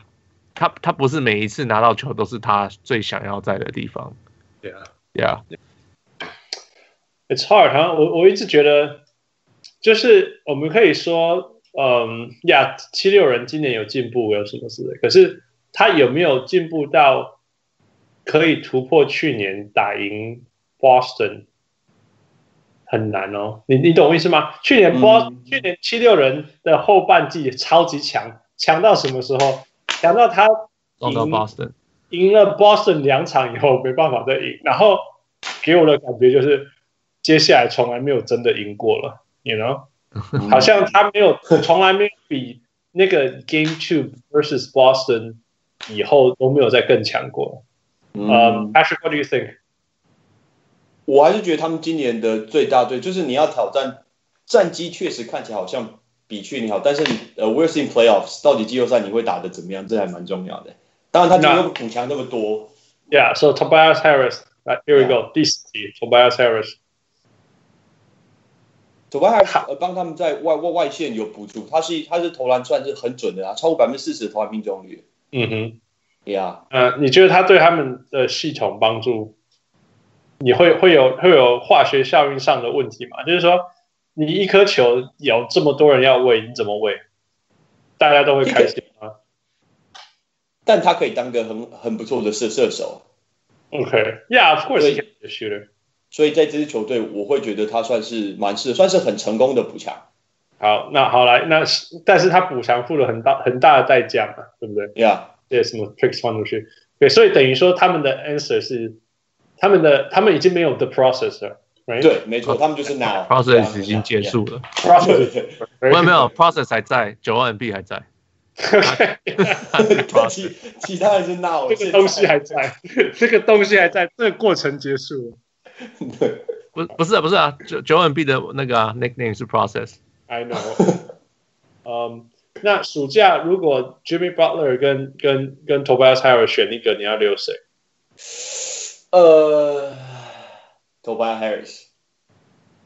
C: 他他不是每一次拿到球都是他最想要在的地方
A: 对啊
C: ，yeah，
A: ，It's hard 哈、我我一直觉得，就是我们可以说，嗯呀，七六人今年有进步，有什么之类，可是他有没有进步到可以突破去年打赢 Boston？很难哦，你你懂我意思吗？去年
B: 嗯
A: Boston、去年七六人的后半季超级强，强到什么时候？强到他
C: 撞到
A: 赢
C: Boston，
A: 赢了 Boston 两场以后没办法再赢，然后给我的感觉就是接下来从来没有真的赢过了，you know，好
B: 嗯
A: 像他没有从来没有比那个 Game Two versus Boston 以后都没有再更强过。嗯、
B: 嗯
A: p a t r i c k what do you think？
B: 我还是觉得他们今年的最大队就是你要挑战战绩，确实看起来好像比去年好，但是你呃，We're in playoffs，到底季后赛你会打得怎么样，这还蛮重要的。当然，他今天又补强那么多，
A: Yeah, so Tobias Harris. Right, here we go. 第四题，Tobias Harris.
B: 左班还呃帮他们在外外外线有补助，他是他是投篮算是很准的啊，超过百分之四十的投篮命中率。
A: 嗯哼，
B: 呀、
A: 呃，你觉得他对他们的系统帮助，你会会有会有化学效应上的问题吗？就是说，你一颗球有这么多人要喂，你怎么喂？大家都会开心吗
B: 但他可以当个很很不错的射射手，
A: ？OK, yeah, of course, he can be a shooter.
B: 所以在这支球队，我会觉得他算是蛮是算是很成功的补强。
A: 好，那好来，那是但是他补偿付了很大很大的代价嘛，对不对？
B: 呀、
A: 这些什么 tricks 放出去，对，所以等于说他们的 answer 是，他们的他们已经没有 the process 了
B: yeah,，
A: ，right？
B: 对，没错，他们就是拿
C: process 已经结。束了，
B: Yeah, yeah,
A: ，process
B: 对对
A: 没
C: 没有没有 process 还在，九 M B 还在
A: ，OK。
B: 对，其其他人是闹，
A: 这个东西还在， 这个东西还在，这个过程结束了。
B: 对
C: 不不是啊不是啊，九九 M B 的那个、啊、nickname 是 process，
A: I know 。 嗯，那暑假如果 Jimmy Butler 跟跟跟 Tobias Harris 选一个，你要留谁？
B: 呃，Tobias Harris，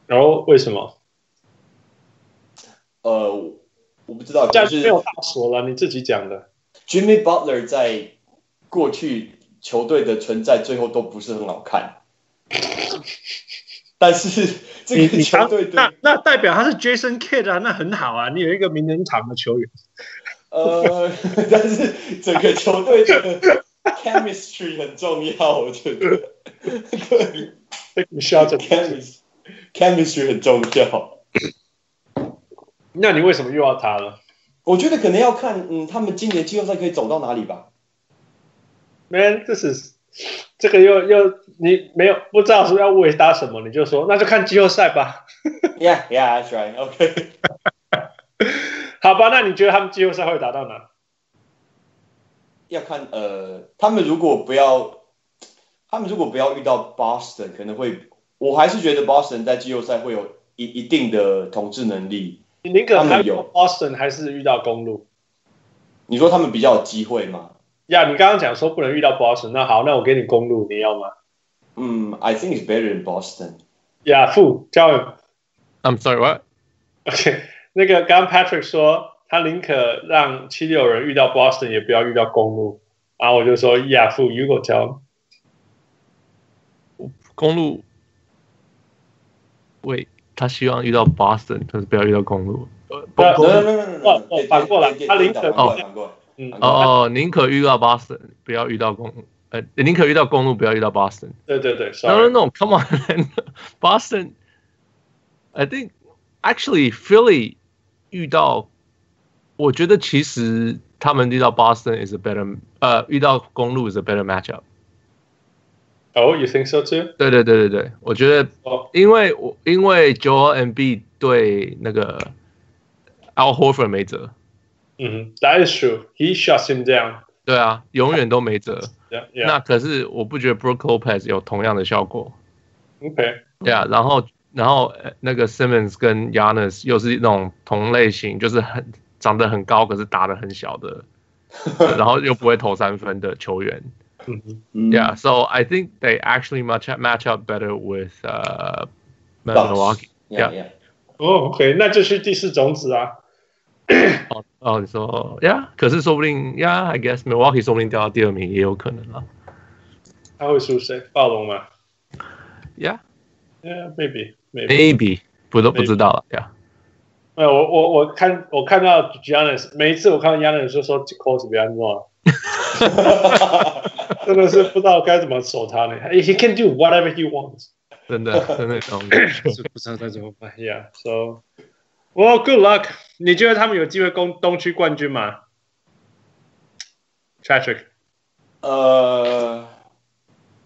A: 然后为什么？
B: 呃，我不知道，
A: 这
B: 就
A: 样就是没有大锁了，你自己讲的。
B: Jimmy Butler 在过去球队的存在最后都不是很好看，但是
A: 你
B: 这个
A: 你
B: 球
A: 当
B: 队对
A: 那那代表他是 Jason Kidd 啊，那很好啊，你有一个名人堂的球员。
B: 呃，但是整个球队的 chemistry 很重要，我觉 得。对
A: 你需要这个。
B: chemistry chemistry 很重要。
A: 那你为什么又要他了？
B: 我觉得可能要看，嗯，他们今年季后赛可以走到哪里吧。
A: Man, this is 这个又又你没有不知道说要回答什么，你就说那就看季后赛吧。
B: Yeah, yeah, that's right. OK，
A: 好吧，那你觉得他们季后赛会打到哪？
B: 要看呃，他们如果不要，他们如果不要遇到 Boston，可能会，我还是觉得 Boston 在季后赛会有一一定的统治能力。
A: 你宁可
B: 他们
A: 看
B: 有
A: Austin 还是遇到公路？
B: 你说他们比较有机会吗？
A: 呀、你刚刚讲说不能遇到 Boston，那好，那我给你公路，你要吗？
B: 嗯，I think it's better in Boston。
A: 呀、付教练
C: I'm sorry, what?
A: OK，那个刚刚 Patrick 说他宁可让七六人遇到 Boston，也不要遇到公路。然后我就说呀，付 you go tell，
C: 公路。喂，他希望遇到 Boston，可是不要遇到公路。呃不
A: 对
C: 公
B: No, no,
C: 路
B: no, no, no, no.
A: 反过来
B: 对对对
A: 他林
B: 对
A: 肯
B: 反过来，反过来。
A: 嗯
B: 反过来
C: 哦，宁可遇到 Boston，不要遇到公路。呃，宁可遇到公路，不要遇到 Boston。
A: 对对对 s o
C: No,
A: r
C: no, no. Come on, Boston. I think actually Philly 遇到，我觉得其实他们遇到 Boston is a better，呃，遇到公路 is a better matchup。
A: Oh, you think so too？
C: 对对对对对，我觉得
A: 哦、
C: 因为我因为 Joel and B 对那个 Al Horford 没辙，
A: 嗯哼，That is true. He shuts him down.
C: 对啊，永远都没辙。
A: Yeah,
C: 那
A: yeah.
C: 可是我不觉得 Brook Lopez 有同样的效果。
A: OK.
C: 对啊，然后然后呃那个 Simmons 跟 Yanis 又是那种同类型，就是很长得很高，可是打得很 小的，呃然后又不会投三分的球员。
A: 嗯哼，
B: 嗯
C: Yeah, so I think they actually match up, match up better with uh Milwaukee.
B: Yeah,
C: Yeah.
B: yeah.
A: 哦，OK，那就是第四种子啊。
C: 哦哦，你说 Yeah，可是说不定 Yeah, I guess Milwaukee 说不定掉到第二名也有可能啊啦。
A: 他会输谁？暴龙吗
C: Yeah,
A: ？Yeah，maybe maybe。
C: maybe 不都不知道啊了。Yeah，
A: 呃，我我我看我看到 Giannis，每一次我看到 Giannis 就说 c o s 别安诺，真的是不知道该怎么守他呢。He can do whatever he wants，
C: 真的
B: 哦
C: 真的有这种感 觉。
A: 是不知道该怎么办。Yeah，so well good luck。你觉得他们有机会攻东区冠军吗？Patrick，
B: 呃，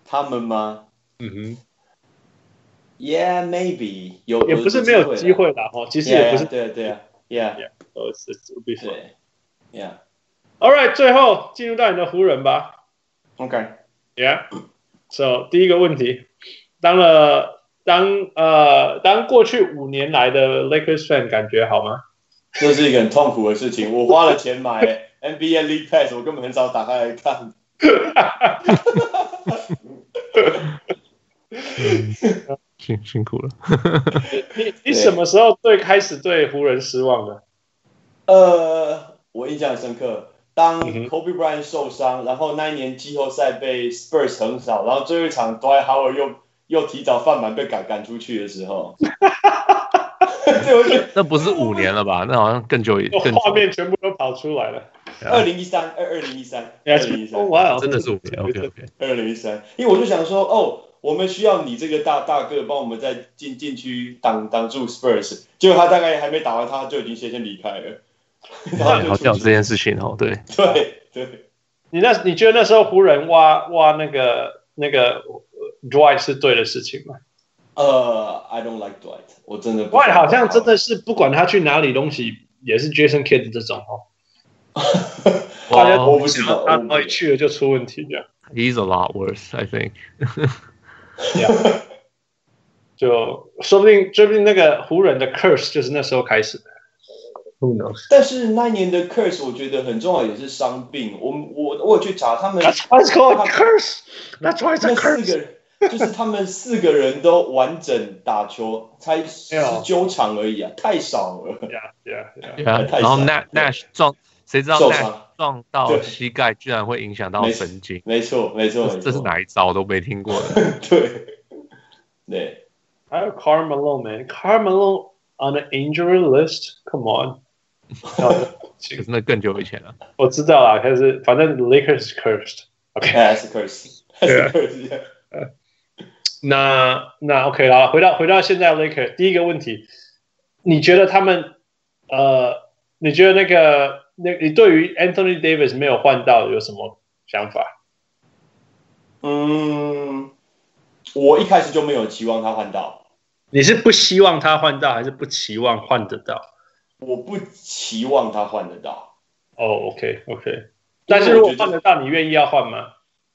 B: 他们吗
A: 嗯
B: ？Yeah, maybe 有
A: 哼，也不是没有机，会啦，哦哈，其实也不是
B: 对啊对啊对啊
A: Yeah，呃，是是 be
B: ，Yeah，
A: fun。
B: 对，Yeah。
A: All right，最后进入到你的湖人吧。
B: OK，
A: Yeah. So 第一个问题，当了当呃当过去五年来的 Lakers fan 感觉好吗？
B: 这是一个很痛苦的事情。我花了钱买 NBA League Pass，我根本很少打开来看。
C: 嗯辛辛苦了。
A: 你你什么时候最开始对湖人失望的？
B: 呃，我印象很深刻，当
A: 嗯哼
B: Kobe Bryant 受伤，然后那一年季后赛被 Spurs 横扫，然后最后一场 Dwight Howard 又又提早犯满被赶赶出去的时候， 对，我觉得
C: 那不是五年了吧？那好像更久以更久
A: 画面全部都跑出来了。
B: 二零一三二二零一三二
A: Yeah,
B: 零一
A: it's-
B: 三
A: oh, wow.
C: 真的是五年。OK OK。
B: 二零一三，因为我就想说，哦，我们需要你这个大大个帮我们在禁禁区挡挡住 Spurs，结果他大概还没打完，他就已经先先离开了，然后就
C: 好像有
B: 出
C: 这件事情哦，对，
B: 去对对，
A: 你那你觉得那时候湖人挖挖那个那个呃 Dwight 是对的事情吗
B: 呃，I don't like Dwight，我真的不
A: ？Dwight 好像真的是不管他去哪里，东西也是 Jason Kidd 这种哦，大家
B: 我
C: 哦
B: 不知道，
A: 他
B: 我不
A: 哪里
B: 知
A: 去了就出问题这样。
C: ，He's a lot worse, I think。
A: 就说不定，说不定那个湖人的 curse 就是那时候开始的。Who knows?
B: 但是那一年的 Curse 我觉得很重要，也是伤病，我我我有去查他们
A: That's why it's called a curse. That's why it's a
B: 那四个
A: curse.
B: 人。就是他们四个人都完整打球，才十
A: 没有
B: 九场而已啊，太少了。
A: Yeah, yeah, yeah.
C: 对啊，
B: 太
C: 然后
B: 惨
C: Nash Nash 撞，谁知道
B: 受
C: Nash
B: 伤
C: 撞到
B: 对
C: 膝盖居然会影响到
B: 没事
C: 神经？
B: 没错，没错，没错
C: 这是哪一招我都没听 过的。
B: 对，对，
A: 还有 Car Malone, man. Car Malone on an injury list. Come on.
C: 可是那更久以前了。
A: 我知道啦，可是反正 Lakers is cursed. OK，
B: 哎，S curse，S
A: 对啊
B: curse，
A: 那那 OK 啦，回到回到现在 Laker 第一个问题，你觉得他们呃，你觉得那个那你对于 Anthony Davis 没有换到有什么想法？
B: 嗯，我一开始就没有期望他换到，
A: 你是不希望他换到，还是不期望换得到？
B: 我不期望他换得到。
A: 哦，OK，OK、o k OK，但是如果换得到，你愿意要换吗？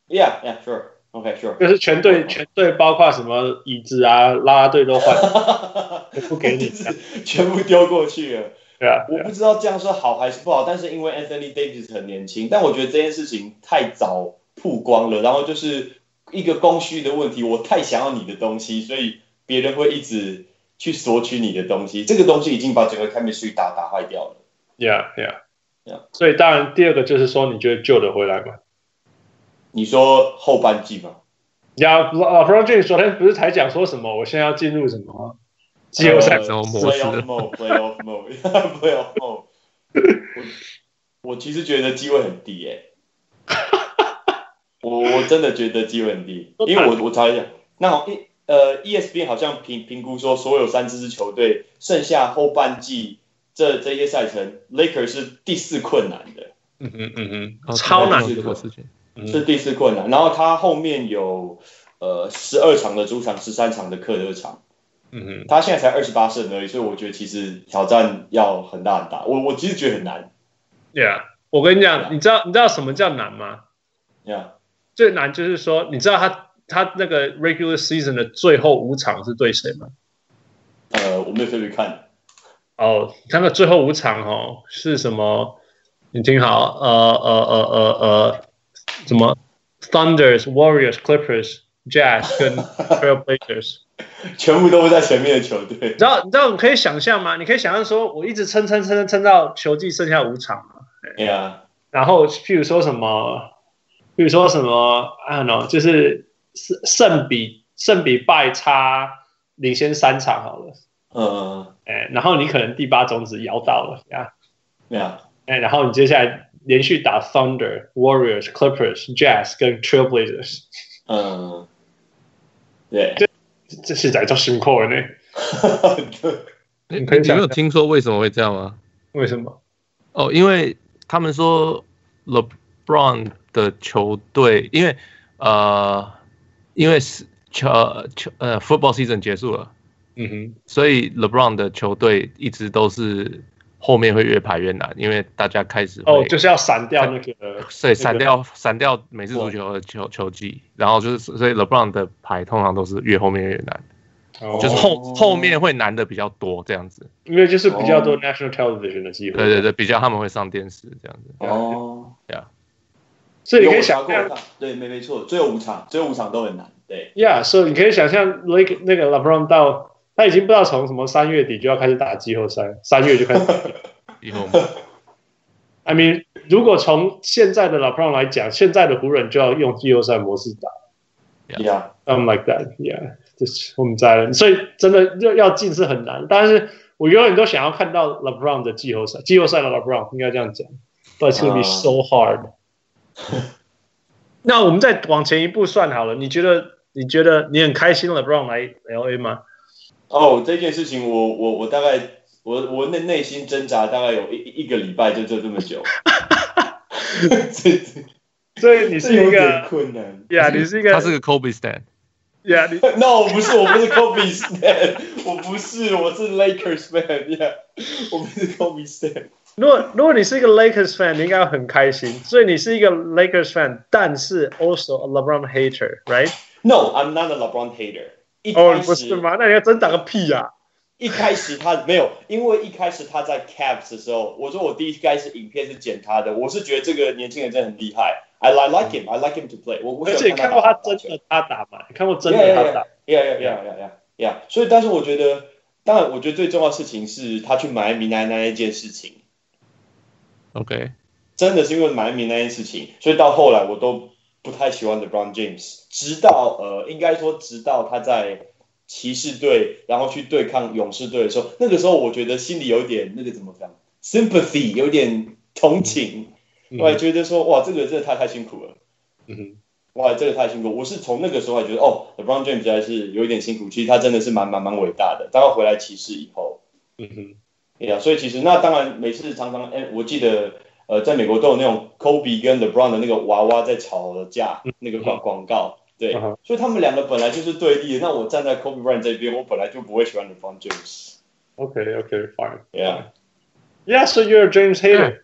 B: Yeah, yeah, sure. OK, sure.
A: 就是全队全队包括什么椅子啊、啦啦队都 换，不给你
B: 就，是全部丢过去了。
A: 对啊， 对
B: 我
A: 啊
B: 不知道这样说好还是不好，但是因为 Anthony Davis 很年轻，但我觉得这件事情太早曝光了，然后就是一个供需的问题，我太想要你的东西，所以别人会一直去索取你的东西，这个东西已经把整个 chemistry 打打坏掉了。
A: ，Yeah Yeah
B: Yeah
A: 所以当然第二个就是说，你觉得救得回来吗？
B: 你说后半季吗？
A: 呀，老老 Pro James 昨天不是才讲说什么？我现在要进入什么季后赛？
C: 什么模式
B: 呃 Playoff mode，Playoff mode，Playoff mode。我我其实觉得机会很低耶、我我真的觉得机会很低，因为我我查了一下，那好一呃 ESPN 好像评评估说，所有三支球队剩下后半季这这些赛程，Lakers 是第四困难的。
A: 嗯嗯嗯
C: 哦
A: 超难
C: 这个事情。
A: 嗯
B: 是第四困难。然后他后面有呃十二场的主场，十三场的客场。
A: 嗯嗯，
B: 他现在才二十八胜而已，所以我觉得其实挑战要很大很大。我我其实觉得很难，
A: ，Yeah，我跟你讲，你知道你知道什么叫难吗？
B: 你看，
A: 最难就是说，你知道他他那个 regular season 的最后五场是对谁吗？
B: 呃，我没有特别看，
A: 哦，他们最后五场哦是什么？你听好，呃呃呃呃呃，什么 Thunder's、Warriors、Clippers、Jazz 跟 Trailblazers。
B: 全部都是在前面的球队
A: 你。知道，你知道，你可以想象吗？你可以想象说，我一直撑撑撑撑撑到球季剩下五场嘛，
B: 对啊，
A: 然后譬如说什么，譬如说什么，I don't know，就是胜胜比胜比败差领先三场好了，
B: 嗯，
A: 哎，然后你可能第八种子摇到了呀，
B: 对啊，
A: 哎，然后你接下来连续打 Thunder、Warriors、Clippers、Jazz 跟 Trailblazers，
B: 嗯，对，
A: 这这是在做辛苦呢？
B: 对，
C: 你
A: 你可以
C: 你
A: 想
C: 没有
A: 象
C: 听说为什么会这样吗？
A: 为什么？
C: 哦，因为他们说 LeBron 的球队，因为呃，因为是球球呃 football season 结束了，
A: 嗯哼，
C: 所以 LeBron 的球队一直都是后面会越排越难，因为大家开始会
A: 哦，就是要闪掉那个，
C: 所以闪掉闪掉美式足球的球球技，然后就是所以 LeBron 的牌通常都是越后面越难，
A: 哦
C: 就是后后面会难的比较多这样子。
A: 因为就是比较多 national television 的机会。
C: 对对对，比较他们会上电视这样子。
B: 哦，
A: 所以你可以
B: 有
A: 想
B: 我查
A: 象
B: 过，对，没没错，只有五场，只有五场都很难，对，
A: ，Yeah，所以你可以想象 Lake 那个 LeBron 到他已经不知道从什么三月底就要开始打季后赛，三月就开始打。
C: 以后
A: I mean，如果从现在的 LeBron 来讲，现在的湖人就要用季后赛模式打
B: 对啊。
A: ，I'm like that，Yeah，就是我们在了，所以真的要要进是很难，但是我永远都想要看到 LeBron 的季后赛，季后赛的 LeBron 应该这样讲，But it's gonna be
B: 啊
A: so hard。那我们再往前一步算好了，你觉得你觉得你很开心 LeBron 来 LA 吗？
B: 哦，这件事情我我我大概我我内内心挣扎大概有一一一个礼拜，就就这么 久， 这
A: 所以你
B: 这
A: 是一
B: 有点
A: 个
B: 困难。
A: 呀，你是一个，
C: 他是个 Kobe stand，
A: 呀，你
B: No，我不是，我不是 Kobe Stan，我不是，我是 Lakers fan，yeah，我不是 Kobe Stan。
A: 如果如果你是一个 Lakers fan，你应该很开心。所以你是一个 Lakers fan，但是 also a LeBron hater，right？
B: No，I'm not a LeBron hater。一
A: 哦，
B: 开
A: 不是
B: 始，
A: 吗？那你要真打个屁呀、啊！
B: 一开始他没有，因为一开始他在 Cavs 的时候，我说我第一开始影片是剪他的，我是觉得这个年轻人真的很厉害。I I like him，I like him to play 我。我
A: 而
B: 喜
A: 且你
B: 欢
A: 看
B: 打
A: 过他
B: 打
A: 真
B: 球
A: 的他打吗？你看过真的他打？
B: Yeah, yeah, yeah, yeah, yeah, yeah. 所以，但是我觉得，当然，我觉得最重要的事情是他去买米奶那一件事情，
C: OK，
B: 真的是因为买米那件事情，所以到后来我都不太喜欢 LeBron James，直到呃，应该说直到他在骑士队，然后去对抗勇士队的时候，那个时候我觉得心里有点那个怎么讲，sympathy，有点同情，
A: 嗯
B: 我还觉得说，哇，这个真的太太辛苦了。
A: 嗯哼，
B: 哇，这个太辛苦！我是从那个时候还觉得，哦，LeBron James 还是有一点辛苦。其实他真的是蛮蛮蛮伟大的。当他回来骑士以后，
A: 嗯哼，
B: 对呀、所以其实那当然每次常常，哎、我记得呃，在美国都有那种 Kobe 跟 LeBron 的那个娃娃在吵架，那个广广告，对
A: 嗯嗯哼
B: 所以他们两个本来就是对立的。那我站在 Kobe Bryant 这边，我本来就不会喜欢 LeBron James。
A: Okay, okay, fine.
B: Yeah,
A: Yeah, so you're a James Hater.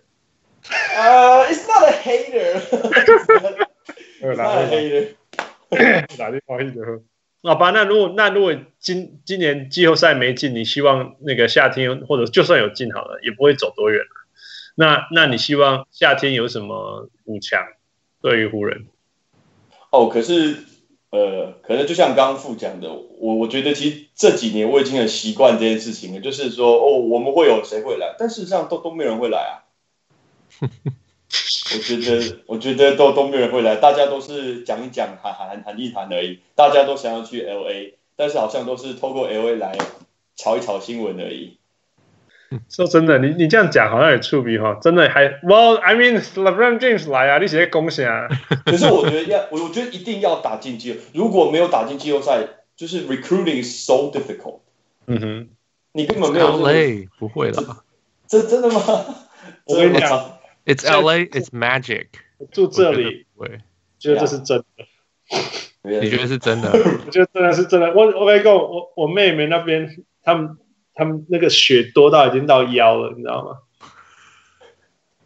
B: 呃、i t s not a hater. It's not a hater.
A: 打电话一直喝。好吧，那如果那如果今今年季后赛没进，你希望那个夏天或者就算有进好了，也不会走多远了那那你希望夏天有什么补强？对于湖人，
B: 哦，可是呃，可能就像刚刚副讲的，我我觉得其实这几年我已经很习惯这件事情了，就是说哦，我们会有谁会来，但事实上都都没有人会来啊。 我觉得，我觉得都都没有人会来，大家都是讲一讲，喊喊喊一喊而已。大家都想要去 L A，但是好像都是透过 L A 来炒一炒新闻而已。
A: 说真的，你你这样讲好像也触鼻哈，真的还 Well, I mean LeBron James 来啊，你直接恭喜啊！
B: 可是我觉得要，我我觉得一定要打进季，如果没有打进季后赛，就是 recruiting is so difficult，
A: 嗯哼，
B: 你根本没有、
C: L A 不会了
B: 这真的吗？
A: 我跟你讲
B: 真的吗，
C: ，It's L A，It's magic。
A: 住这
C: 我觉
A: 里
C: 得，不会，
A: 觉得这是真的。
C: 你觉
B: 得
C: 得是真的？
A: 我觉得真的是真的，我我跟你讲，我我妹妹那边，他们他们那个雪多到已经到腰了，你知道吗？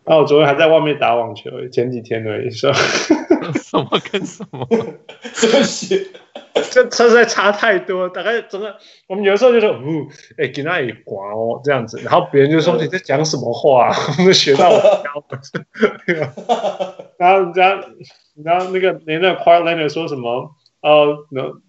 A: 然后我昨天还在外面打网球，前几天而已，说
C: 什么跟什么？
B: 这是
A: 这车实在差太多，大概整个我们有的时候就说，呜、哎，给那里刮哦这样子，然后别人就说
B: 嗯
A: 你在讲什么话、 啊，我们学到我腰了， 然后人家，然后那个连那个 Carl Leonard 说什么，哦、n o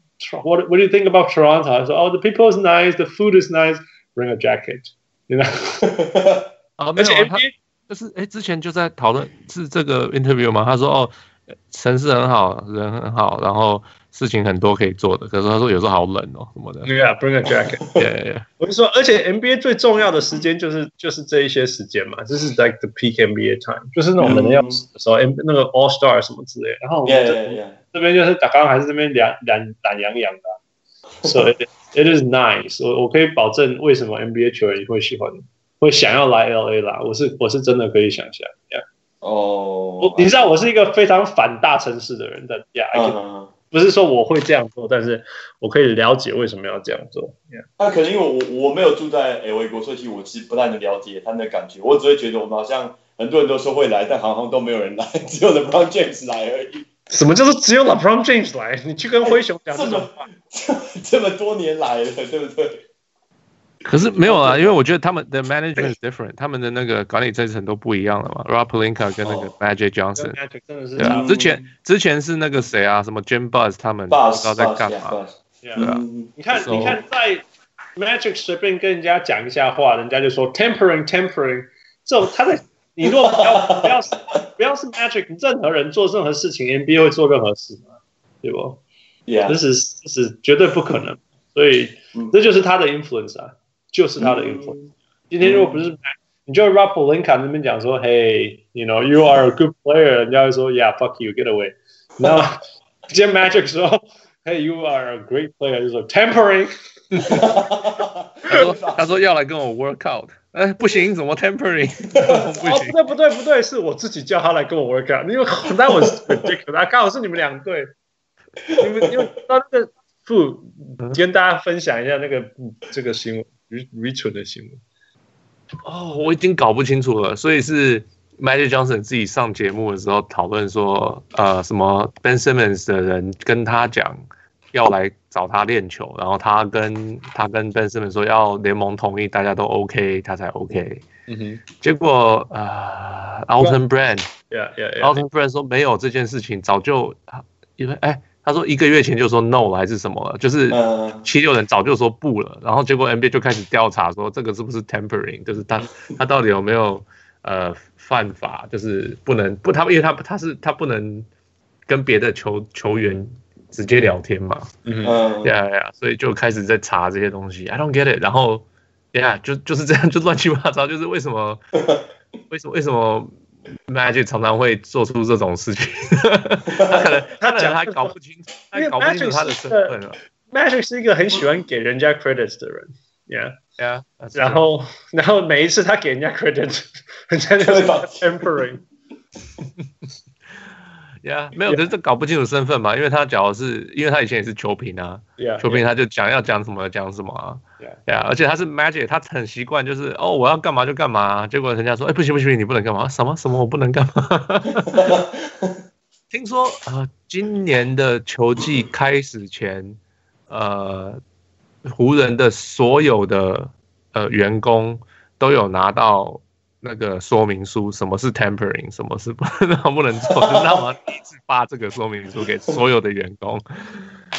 A: what what do you think about Toronto？他说，哦、t h e people is nice, the food is nice, bring a jacket，你知道，
C: 哦，没
A: 而
C: 有
A: 且
C: 啊，他
A: NBA
C: 就是哎，之前就在讨论是这个 interview 吗？他说哦，呃城市很好，人很好，然后事情很多可以做的。可是他说有时候好冷哦，什么 的。
A: yeah, bring a jacket。
C: 对，
A: 我就说，而且 NBA 最重要的时间就是就是这一些时间嘛，就是 like the peak NBA time，就是那种人要死的时候，嗯、那个 All Star 什么之类的。然后我
B: y e
A: 们
B: a
A: 这
B: h yeah,
A: 这边就是打刚刚还是这边懒懒懒洋洋的啊、所以 it is nice 我。我可以保证，为什么 NBA 球员会喜欢，会想要来 LA 啦？我是我是真的可以想象。Yeah.
B: 哦
A: 我，你知道我是一个非常反大城市的人的呀
B: 嗯，嗯嗯
A: 不是说我会这样做，但是我可以了解为什么要这样做。Yeah.
B: 那啊可能因为我我没有住在 L A 国，所以其实我其实不太能了解他们的感觉。我只会觉得我们好像很多人都说会来，但好像都没有人来， 只有 LeBron James 来而已。
A: 什么叫做只有 LeBron James 来？ 你去跟灰熊讲
B: 这
A: 哎这种
B: 么这这么多年来了，对不对？
C: 可是没有啊，因为我觉得他们的 management is different，他们的那个管理阶层都不一样了嘛。Rob Pelinka 跟那个
B: 哦
A: 真
C: Magic Johnson，
A: 的是
C: 对啊，
B: 嗯
C: 之前之前是那个谁啊，什么 Jim Buzz 他们不知
B: Bus
C: 道
B: bus
C: 在干
B: yeah,
C: 嘛。
B: bus
A: 对啊
B: 嗯，
A: 你看，
C: So-
A: 你看，在 Magic 随便跟人家讲一下话，人家就说 tempering tempering，这种他在你如果不要不要是不要是 Magic，任何人做任何事情，NBA 会做任何事嘛，对不？这
B: Yeah，
A: 是这是绝对不可能，所以
B: 嗯
A: 这就是他的 influence 啊，就是他的 influence。今 天如果不是你就 Rob Lincoln 那边讲说，Hey，you know，you are a good player，人家会说，Yeah，fuck you，get away。然 后今天 Magic 说，Hey，you oh, are a great player，就说 tempering。
C: 他说 他说要来跟我 work out，哎不行，怎么 tempering？不
A: 哦，
C: 行
A: 不，对不对不对，是我自己叫他来跟我 work out，因为 that was ridiculous，啊刚好是你们两队，你们因为到那个不跟大家分享一下那个这个新闻，愚愚蠢的新闻。
C: 哦，我已经搞不清楚了，所以是 Magic Johnson 自己上节目的时候讨论说，呃，什么 Ben Simmons 的人跟他讲要来找他练球，然后他跟他跟 Ben Simmons 说要联盟同意，大家都 OK，他才 OK。
A: 嗯哼
C: 结果啊、呃、，Alton Brand，Alton
A: ，Yeah Yeah Yeah，
C: Brand 说没有这件事情，早就因为哎，他说一个月前就说 no 了还是什么了，就是
B: 嗯，
C: 七六人早就说不了，然后结果 NBA 就开始调查说这个是不是 tempering，就是他他到底有没有呃犯法，就是不能不他因为他他是他不能跟别的球球员直接聊天嘛，
A: 嗯哼
B: 嗯，
C: 呀呀，所以就开始在查这些东西，I don't get it，然后呀就就是这样就乱七八糟，就是为什么为什么为什么 Magic 常常会做出这种事情，他可 能他可能还搞不清，
A: 因为
C: 还搞不清
A: Magic
C: 楚他的
A: 是一
C: 身
A: 个
C: 份了。
A: Magic 是一个很喜欢给人家 credit 的人，Yeah。
C: 对啊，that's
A: 然
C: true
A: 后，然后每一次他给人家 credit，人 家就是 tempering。
C: Yeah，没有，可是这搞不清楚身份嘛，因为他假如是，因为他以前也是球评啊，
A: Yeah，
C: 球评他就讲要讲什么讲什么啊
A: Yeah.，
C: 对啊，而且他是 Magic，他很习惯就是哦我要干嘛就干嘛，结果人家说哎不行不行你不能干嘛，什么什么我不能干 嘛。听说呃今年的球季开始前，呃湖人的所有的呃员工都有拿到那个说明书，什么是 tampering，什么是 不能不能做， 就是他们第一次发这个说明书给所有的员工。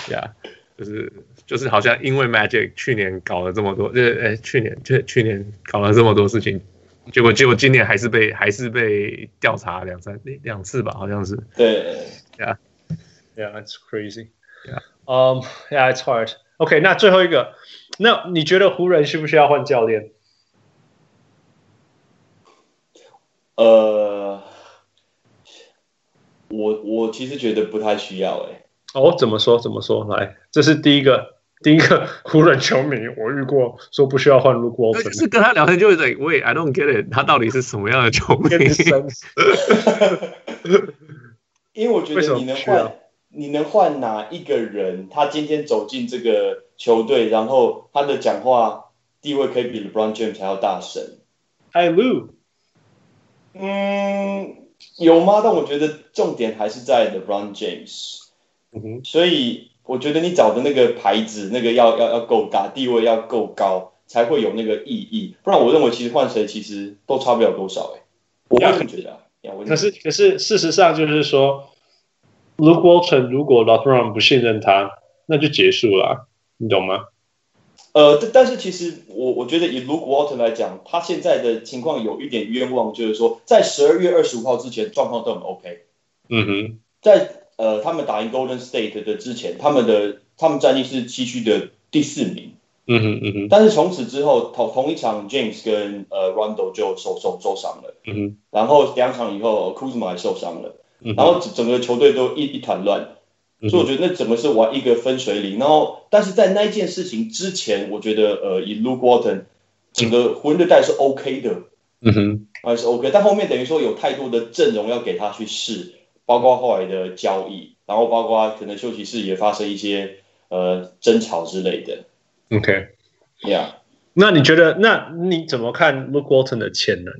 C: 呀、yeah,，就是就是好像因为 Magic 去年搞了这么多，就是哎去年去去年搞了这么多事情，结果结果今年还是被还是被调查两三两次吧，好像是。
B: 对，
A: Yeah, it's crazy.
C: Yeah.
A: Um, yeah, it's hard. OK，那最后一个，那你觉得湖人需不需要换教练？
B: 呃，我我其实觉得不太需要哎、
A: 哦，怎么说？怎么说？来，这是第一个，第一个湖人球迷，我遇过说不需要换 Luke
C: 呃就
A: Walton，
C: 是跟他聊天就会在喂，I don't get it，他到底是什么样的 球迷？
A: 跟你生死
B: 因为我觉
A: 为什
B: 得
A: 么
B: 你能
A: 不需要
B: 换，你能换哪一个人？他今天走进这个球队，然后他的讲话地位可以比 LeBron James 还要大声。
A: 哎，Lu，
B: 嗯，有吗？但我觉得重点还是在 LeBron James。
A: 嗯哼，
B: 所以我觉得你找的那个牌子，那个要要要够大，地位要够高，才会有那个意义。不然我认为其实换谁其实都差不了多少哎、我
A: 呀
B: 个人觉得啊，呀我
A: 可是可是事实上就是说，Luke Walton 如果 LeBron 不信任他，那就结束了啊、你懂吗？
B: 呃，但但是其实我我觉得以 Luke Walton 来讲，他现在的情况有一点冤枉，就是说在十二月二十五号之前状况都很 OK，
A: 嗯哼，
B: 在呃他们打赢 Golden State 的之前，他们的他们战绩是西区的第四名。
A: 嗯哼，嗯哼，
B: 但是从此之后，同同一场 James 跟呃 Rondo 就受受受伤了，
A: 嗯哼，
B: 然后两场以后 Kuzma 也受伤了，
A: 嗯哼
B: 然后整整个球队都一一团乱，
A: 嗯哼
B: 所以我觉得那整个是玩一个分水岭。然后，但是在那一件事情之前，我觉得呃以 Luke Walton 整个湖人队带是 OK 的，
A: 嗯哼，
B: 还是 OK，但后面等于说有太多的阵容要给他去试，包括后来的交易，然后包括可能休息室也发生一些呃争吵之类的
A: ，OK。
B: ，Yeah。
A: 那你觉得，那你怎么看 Luke Walton 的潜能？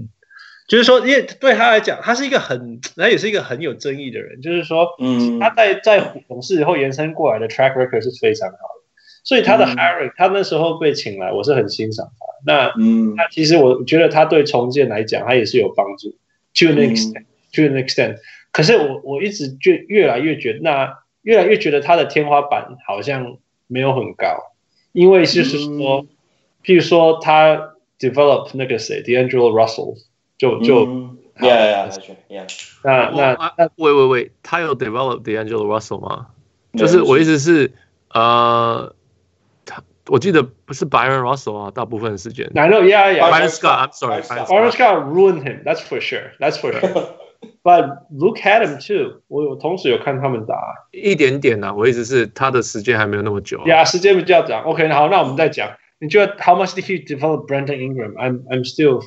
A: 就是说，因为对他来讲，他是一个很，他也是一个很有争议的人。就是说，
B: 嗯，
A: 他在在勇士以后延伸过来的 track record 是非常好的，所以他的
B: 嗯
A: hiring，、他那时候被请来，我是很欣赏他。那
B: 嗯，
A: 那其实我觉得他对重建来讲，他也是有帮助，to an
B: 嗯
A: extent，to、an extent。可是我我一直就越来越觉得，那越来越觉得他的天花板好像没有很高，因为就是说。
B: 嗯
A: 譬如说他 develop 那个谁 D'Angelo Russell，就就、
B: 嗯 yeah yeah yeah, yeah，
A: 那那那
C: 喂喂喂，他有 develop D'Angelo Russell 吗？
B: 没有
C: 就是我意思是，呃，他我记得不是 Byron Russell 啊，大部分时间。
A: I know yeah yeah
C: Byron Scott，I'm sorry，
A: Orange
B: Byron
C: Byron Scott。
A: Scott ruined him that's for sure that's for sure but Luke had him too 我有同时有看他们打
C: 一点点呐、啊，我意思是他的时间还没有那么久、啊。
A: 呀、yeah, 时间比较长 OK 好那我们再讲你觉得 how much did he develop Brandon Ingram I'm I'm still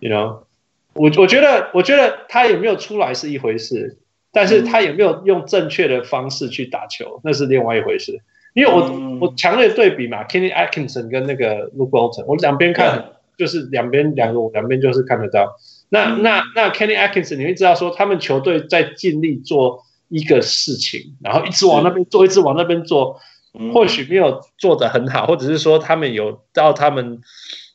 A: you know 我我觉得我觉得他有没有出来是一回事，但
B: 嗯
A: 是他有没有用正确的方式去打球那是另外一回事。因为我、
B: 嗯
A: 我强烈对比嘛，Kenny Atkinson 跟那个 Luke Walton，我两边看、就是两边两个两边就是看得到。那、
B: 嗯
A: 那那 Kenny Atkinson 你会知道说他们球队在尽力做一个事情，然后一直往那边做，一直往那边做，
B: 嗯
A: 或许没有做得很好，或者是说他们有到他们，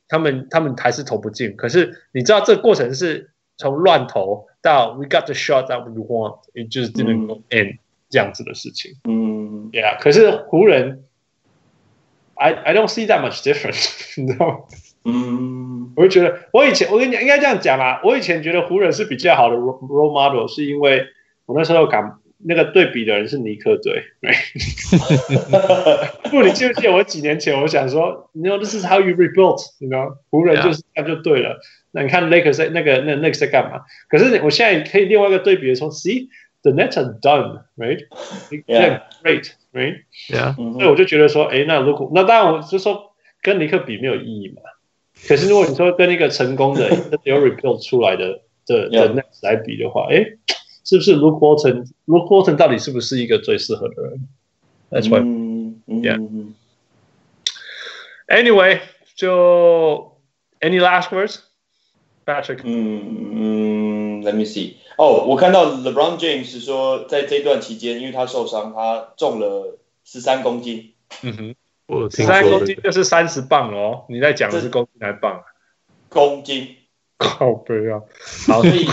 A: 他们他们还是投不进。可是你知道这个过程是从乱投到 we got the shot that we want，也就是 didn't go in、这样子的事情。
B: 嗯
A: Yeah，可是湖人，I I don't see that much difference，你知 道吗？
B: 嗯
A: 我就觉得，我以前我跟你讲，应该这样讲啦。我以前觉得湖人是比较好的 role role model，是因为我那时候感那个对比的人是尼克队。 不，你记不记得我几年前我想说，你 know this is how you rebuild，你 know 湖人就是这样就对了。那你看 Lakers 在那个那那个在干嘛？可是我现在可以另外一个对比的时候，See the Nets are done, right?
B: Yeah.
A: Great, right?
C: 对啊，
B: 嗯
A: 所以我就觉得说，哎，那如果那当然我就说跟尼克比没有意义嘛。可是如果你说跟一个成功 的有 rebuild 出来的的的
B: Yeah.
A: Nets 来比的话，哎，是不是 Luke Walton？Luke Walton 到底是不是一个最适合的人？That's why.
B: 嗯嗯
A: Yeah.
B: 嗯
A: Anyway，就 any last words，Patrick？
B: 嗯嗯，Let me see。哦，我看到 LeBron James 说，在这段期间，因为他受伤，他重了十三公斤，
A: 嗯哼，
C: 我有
A: 十
C: 听
A: 三
C: 说
A: 公
C: 这
A: 斤
C: 个，
A: 就是三十磅了哦。你在讲的是公斤还是磅啊？
B: 公斤，
A: 靠背啊！
B: 好，所以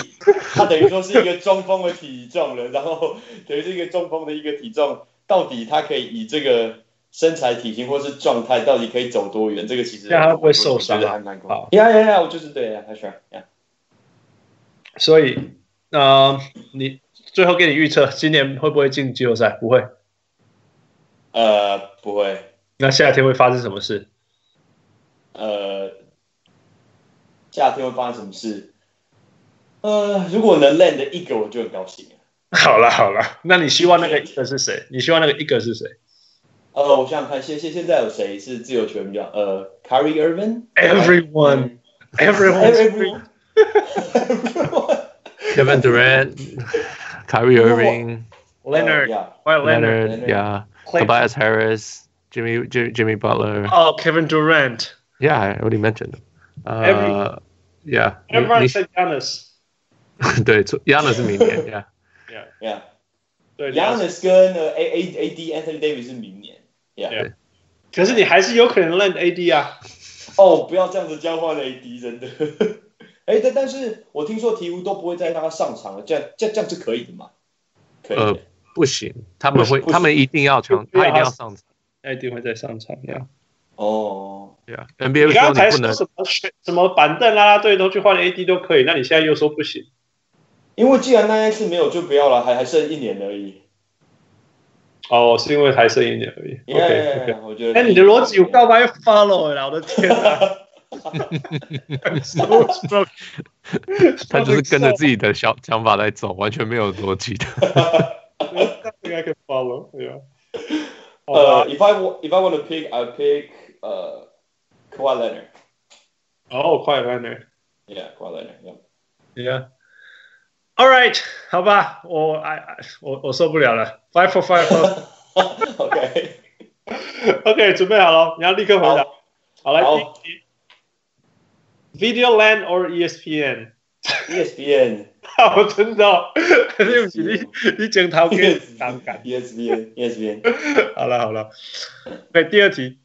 B: 他等于说是一个中锋的体重了，然后等于是一个中锋的一个体重，到底他可以以这个身材体型或是状态，到底可以走多远？这个其实
A: 这样他不会受伤啊
B: 我觉得还蛮恐
A: 好
B: 怖。呀呀呀，我就是对呀，他说呀，
A: 所以，呃，你最后给你预测今年会不会进季后赛？不会。
B: 呃，不会，
A: 那夏天会发生什么事？
B: 呃，夏天会发生什么事？呃，如果能 land 一个，我就很高兴了。
A: 好了好了，那你希望那个一个是谁？你希望那个一个是谁？
B: 呃，我想想看，现现现在有谁是自由球员比较？呃，Curry Irvin
A: Everyone，
B: 嗯
A: Everyone，
B: everyone everyone
C: Kevin Durant、Kyrie Irving、
A: Leonard，
B: Yeah.
A: Why Leonard？
C: Leonard、Yeah、
A: Clay-
C: Tobias Harris、Jimmy Jimmy Jimmy Butler。
A: 哦，Kevin Durant。
C: Yeah, I already mentioned. them. Uh,
A: Every-
C: yeah.
A: Everyone said Giannis。
C: 对，Giannis 是明年 Yeah.
B: Yeah.
A: 对
B: Giannis 跟呃 A A A D Anthony Davis 是明年。Yeah.
A: 可是你还是有可能 land AD 啊。
B: 哦，不要这样子交换 AD，真的。 哎，但但是我听说鹈鹕都不会再让他上场了，这样这样这样是可以的吗？可以的。
C: 呃 不行，他们会，
B: 不行。
C: 他们一定要强，
A: 就不要
C: 他一定要上场。
A: AD 会再上场呀。
B: 哦，
C: Yeah. NBA
A: 你刚才说
C: 说你不能-
A: 什么选什么板凳啦啦队都去换 AD 都可以，那你现在又说不行？
B: 因为既然那一次没有，就不要了，还还剩一年而已。
A: 哦，是因为还剩一年而已。
B: Yeah,
A: OK OK。
B: yeah, yeah, 我觉得。
A: 哎，你的逻辑我干嘛要 follow 啦？我的天 哪！So strong，
C: 他就是跟着自己的想-想法来走，完全没有逻辑的。
A: 应该可以 follow。对啊。
B: 呃，If I wa- if I want to pick, I pick 呃 Kawhi Leonard.
A: 哦，快慢点。
B: Yeah, Kawhi Leonard. Yeah.
A: Yeah. All right，好吧，我 I I- 我我受不了了。Five for five for-
B: OK，
A: OK，准备好了，你要立刻回答。好，来
B: 好
A: 第一题，Video Land or E ESPN？
B: ESPN。
A: 我真的哦， 对不起，你你检讨给伤感。
B: E ESPN ESPN
A: 好了好了，OK，第二题，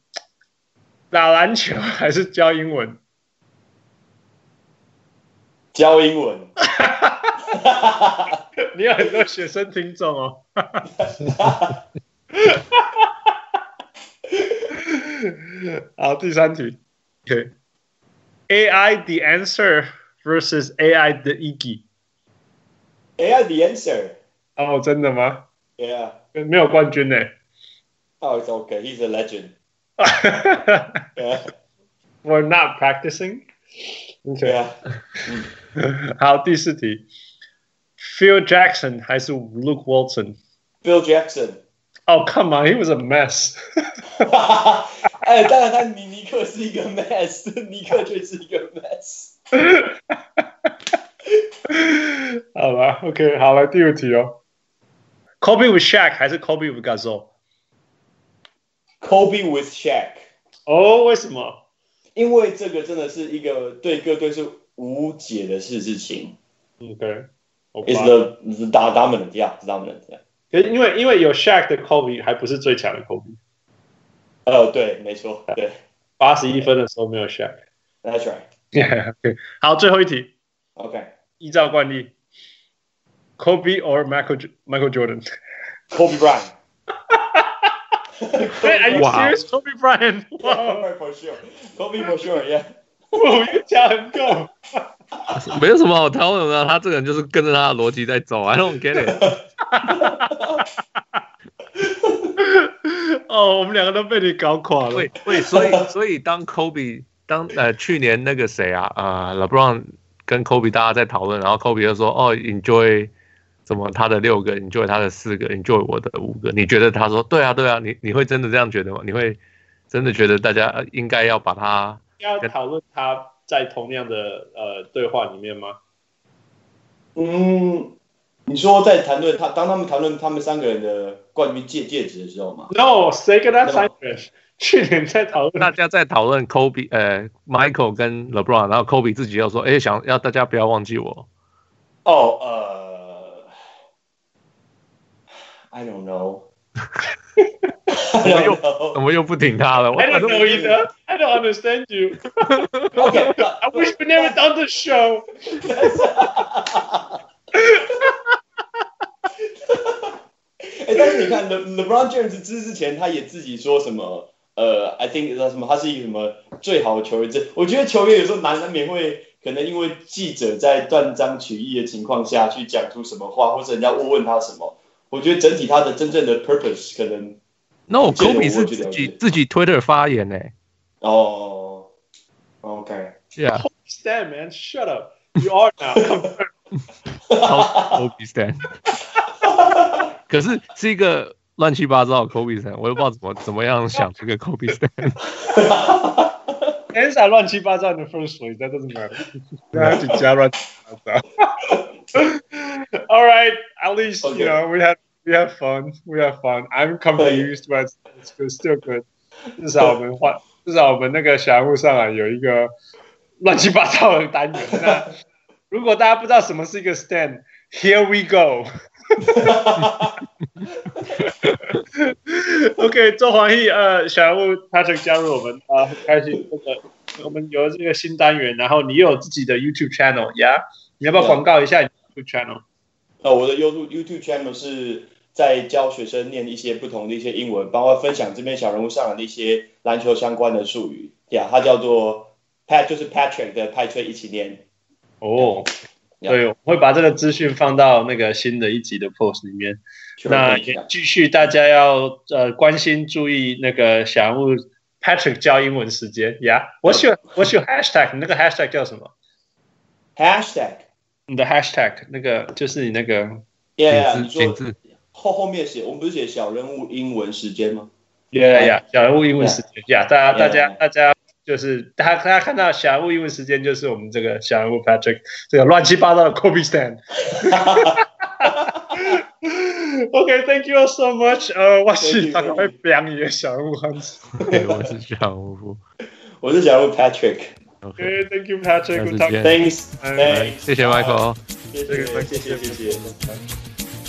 A: 打篮球还是教英文？
B: 教 英文，
A: 你有很多学生听众哦。 好，第三题，OK，AI、the answer versus AI 的 Egi。
B: AI the answer.
A: 哦，真的吗？
B: Yeah.
A: 没有冠军呢。
B: Oh, it's okay. He's a legend. Yeah.
A: We're not practicing. OK，
B: Yeah.
A: 好，第四题，Phil Jackson 还是 Luke Walton？
B: Bill Jackson.
A: 哦、c o m e on，he was a mess
B: 哎，当然，他尼尼克是一个 mess，尼克就是一个 mess。
A: 好吧，OK，好了，第五题哦。Kobe with Shaq 还是 Kobe with Gasol？
B: Kobe with Shaq，
A: 哦，为什么？
B: 因为这个真的是一个对各队是无解的事事情。
A: OK，好
B: Is
A: 吧。
B: the is the dominant? Yeah, is dominant. yeah.
A: 可是因为因为有 Shaq 的 Kobe 还不是最强的 Kobe，
B: 呃，对，没错， 对
A: 八十一分的时候没有 Shaq。
B: ，That's right.
A: OK，好，最后一题，
B: OK.
A: 依照惯例，Kobe or Michael Jo- Michael Jordan？
B: Kobe Bryant.
A: Wait,
B: 哎
A: are you
C: Wow.
A: serious? Kobe Bryant?
B: 哦
A: Wow,
B: Kobe for sure. Kobe for sure. Yeah.
A: Whoa, you tell him go.
C: 没有什么好讨论的，他这个人就是跟着他的逻辑在走。I don't get it.
A: 哦，我们两个都被你搞垮了。
C: 对对，所以所以当 Kobe 当呃去年那个谁啊啊、呃、，LeBron 跟 Kobe 大家在讨论，然后 Kobe 就说哦，enjoy 什么他的六个，enjoy 他的四个，enjoy 我的五个。你觉得他说对啊对啊，你你会真的这样觉得吗？你会真的觉得大家呃应该要把他
A: 要讨论他在同样的呃对话里面吗？
B: 嗯，你说在谈论他，当他们谈论他们三个人的冠军戒戒指的时候嘛？
A: No，谁跟他三个人？ 去年在讨论
C: 大家在讨论 Kobe 呃 Michael 跟 LeBron，然后 Kobe 自己又说，哎、想要大家不要忘记我。
B: 哦，呃，I don't know 。I
C: 们又
B: don't know.
C: 怎么又不顶他了？我
A: I don't
C: 我
A: know either. I don't understand you.
B: OK，
A: I wish we never done the show.
B: 哎，但是你看 Le LeBron James 之之前他也自己说什么，呃，I think 叫什么，他是一个什么最好的球员。这我觉得球员有时候难难免会可能因为记者在断章取义的情况下去讲出什么话，或者人家问问他什么。我觉得整体他的真正的 purpose 可能
C: No
B: 这个
C: Kobe 是
B: 我觉
C: 自己
B: 得了解
C: 自己 Twitter 发言呢、欸。
B: 哦，OK，
C: Yeah,
A: Stan, man, shut up. You are now.
C: Kobe Stan。可是是一个乱七八糟的 Kobe Stan，我又不知道怎么怎么样想这个 Kobe Stan。
A: Stan's are 乱七八糟的 first place. That doesn't matter.
D: 那就加乱七八糟。
A: All right. At least
B: Okay.
A: you know we had we had fun. We had fun. I'm confused, but it's good, still good. 至少我们换，至少我们那个小人物上啊有一个乱七八糟的单元。那如果大家不知道什么是一个 stand，here we go。OK，周黄奕，呃，小人物他曾加入我们啊、很开心。这个我们有这个新单元，然后你有自己的 YouTube channel 呀、你要不要
B: Yeah
A: 广告一下你的 YouTube channel？
B: 那我的 YouTube YouTube channel 是在教学生念一些不同的一些英文，包括分享这边小人物上来的一些篮球相关的术语。呀、它叫做 Pat，就是 Patrick 的 Patrick 一起念。
A: 哦，
B: Yeah.
A: 对，我会把这个资讯放到那个新的一集的 post 里面。那也继续，大家要呃关心注意那个小人物 Patrick 教英文时间呀。我喜欢我喜欢 hashtag，你那个 hashtag 叫什么？
B: Hashtag，
A: 你的 hashtag 那个就是你那个
B: yeah,
C: 请
B: yeah,
C: 自
B: 你
C: 请
B: 说
C: 自
B: 后后面写，我们不是写小人物英文时间吗？
A: 呀呀小人物英文时间呀。大家
B: Yeah.
A: 大家大家就是大家大家看到小人物英文时间，就是我们这个小人物 Patrick 这个乱七八糟的 Kobe Stand。Okay, thank you all so much. 呃，我是
B: Thank you,
A: 大概会表演小人物汉字。
C: 对，我是这样无辜。
B: 我是小人物 Patrick。
C: OK，
A: Okay, thank you, Patrick. We'll talk.
C: Yeah.
B: Thanks，
A: Bye.
C: 哎谢谢 Michael。
B: 谢谢，谢谢，谢谢。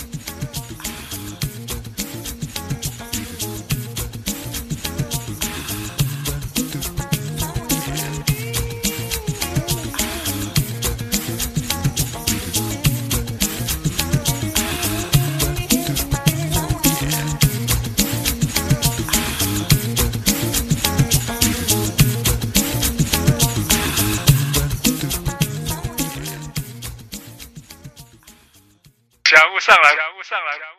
A: 小人物上来，小人物上来，小人物上来。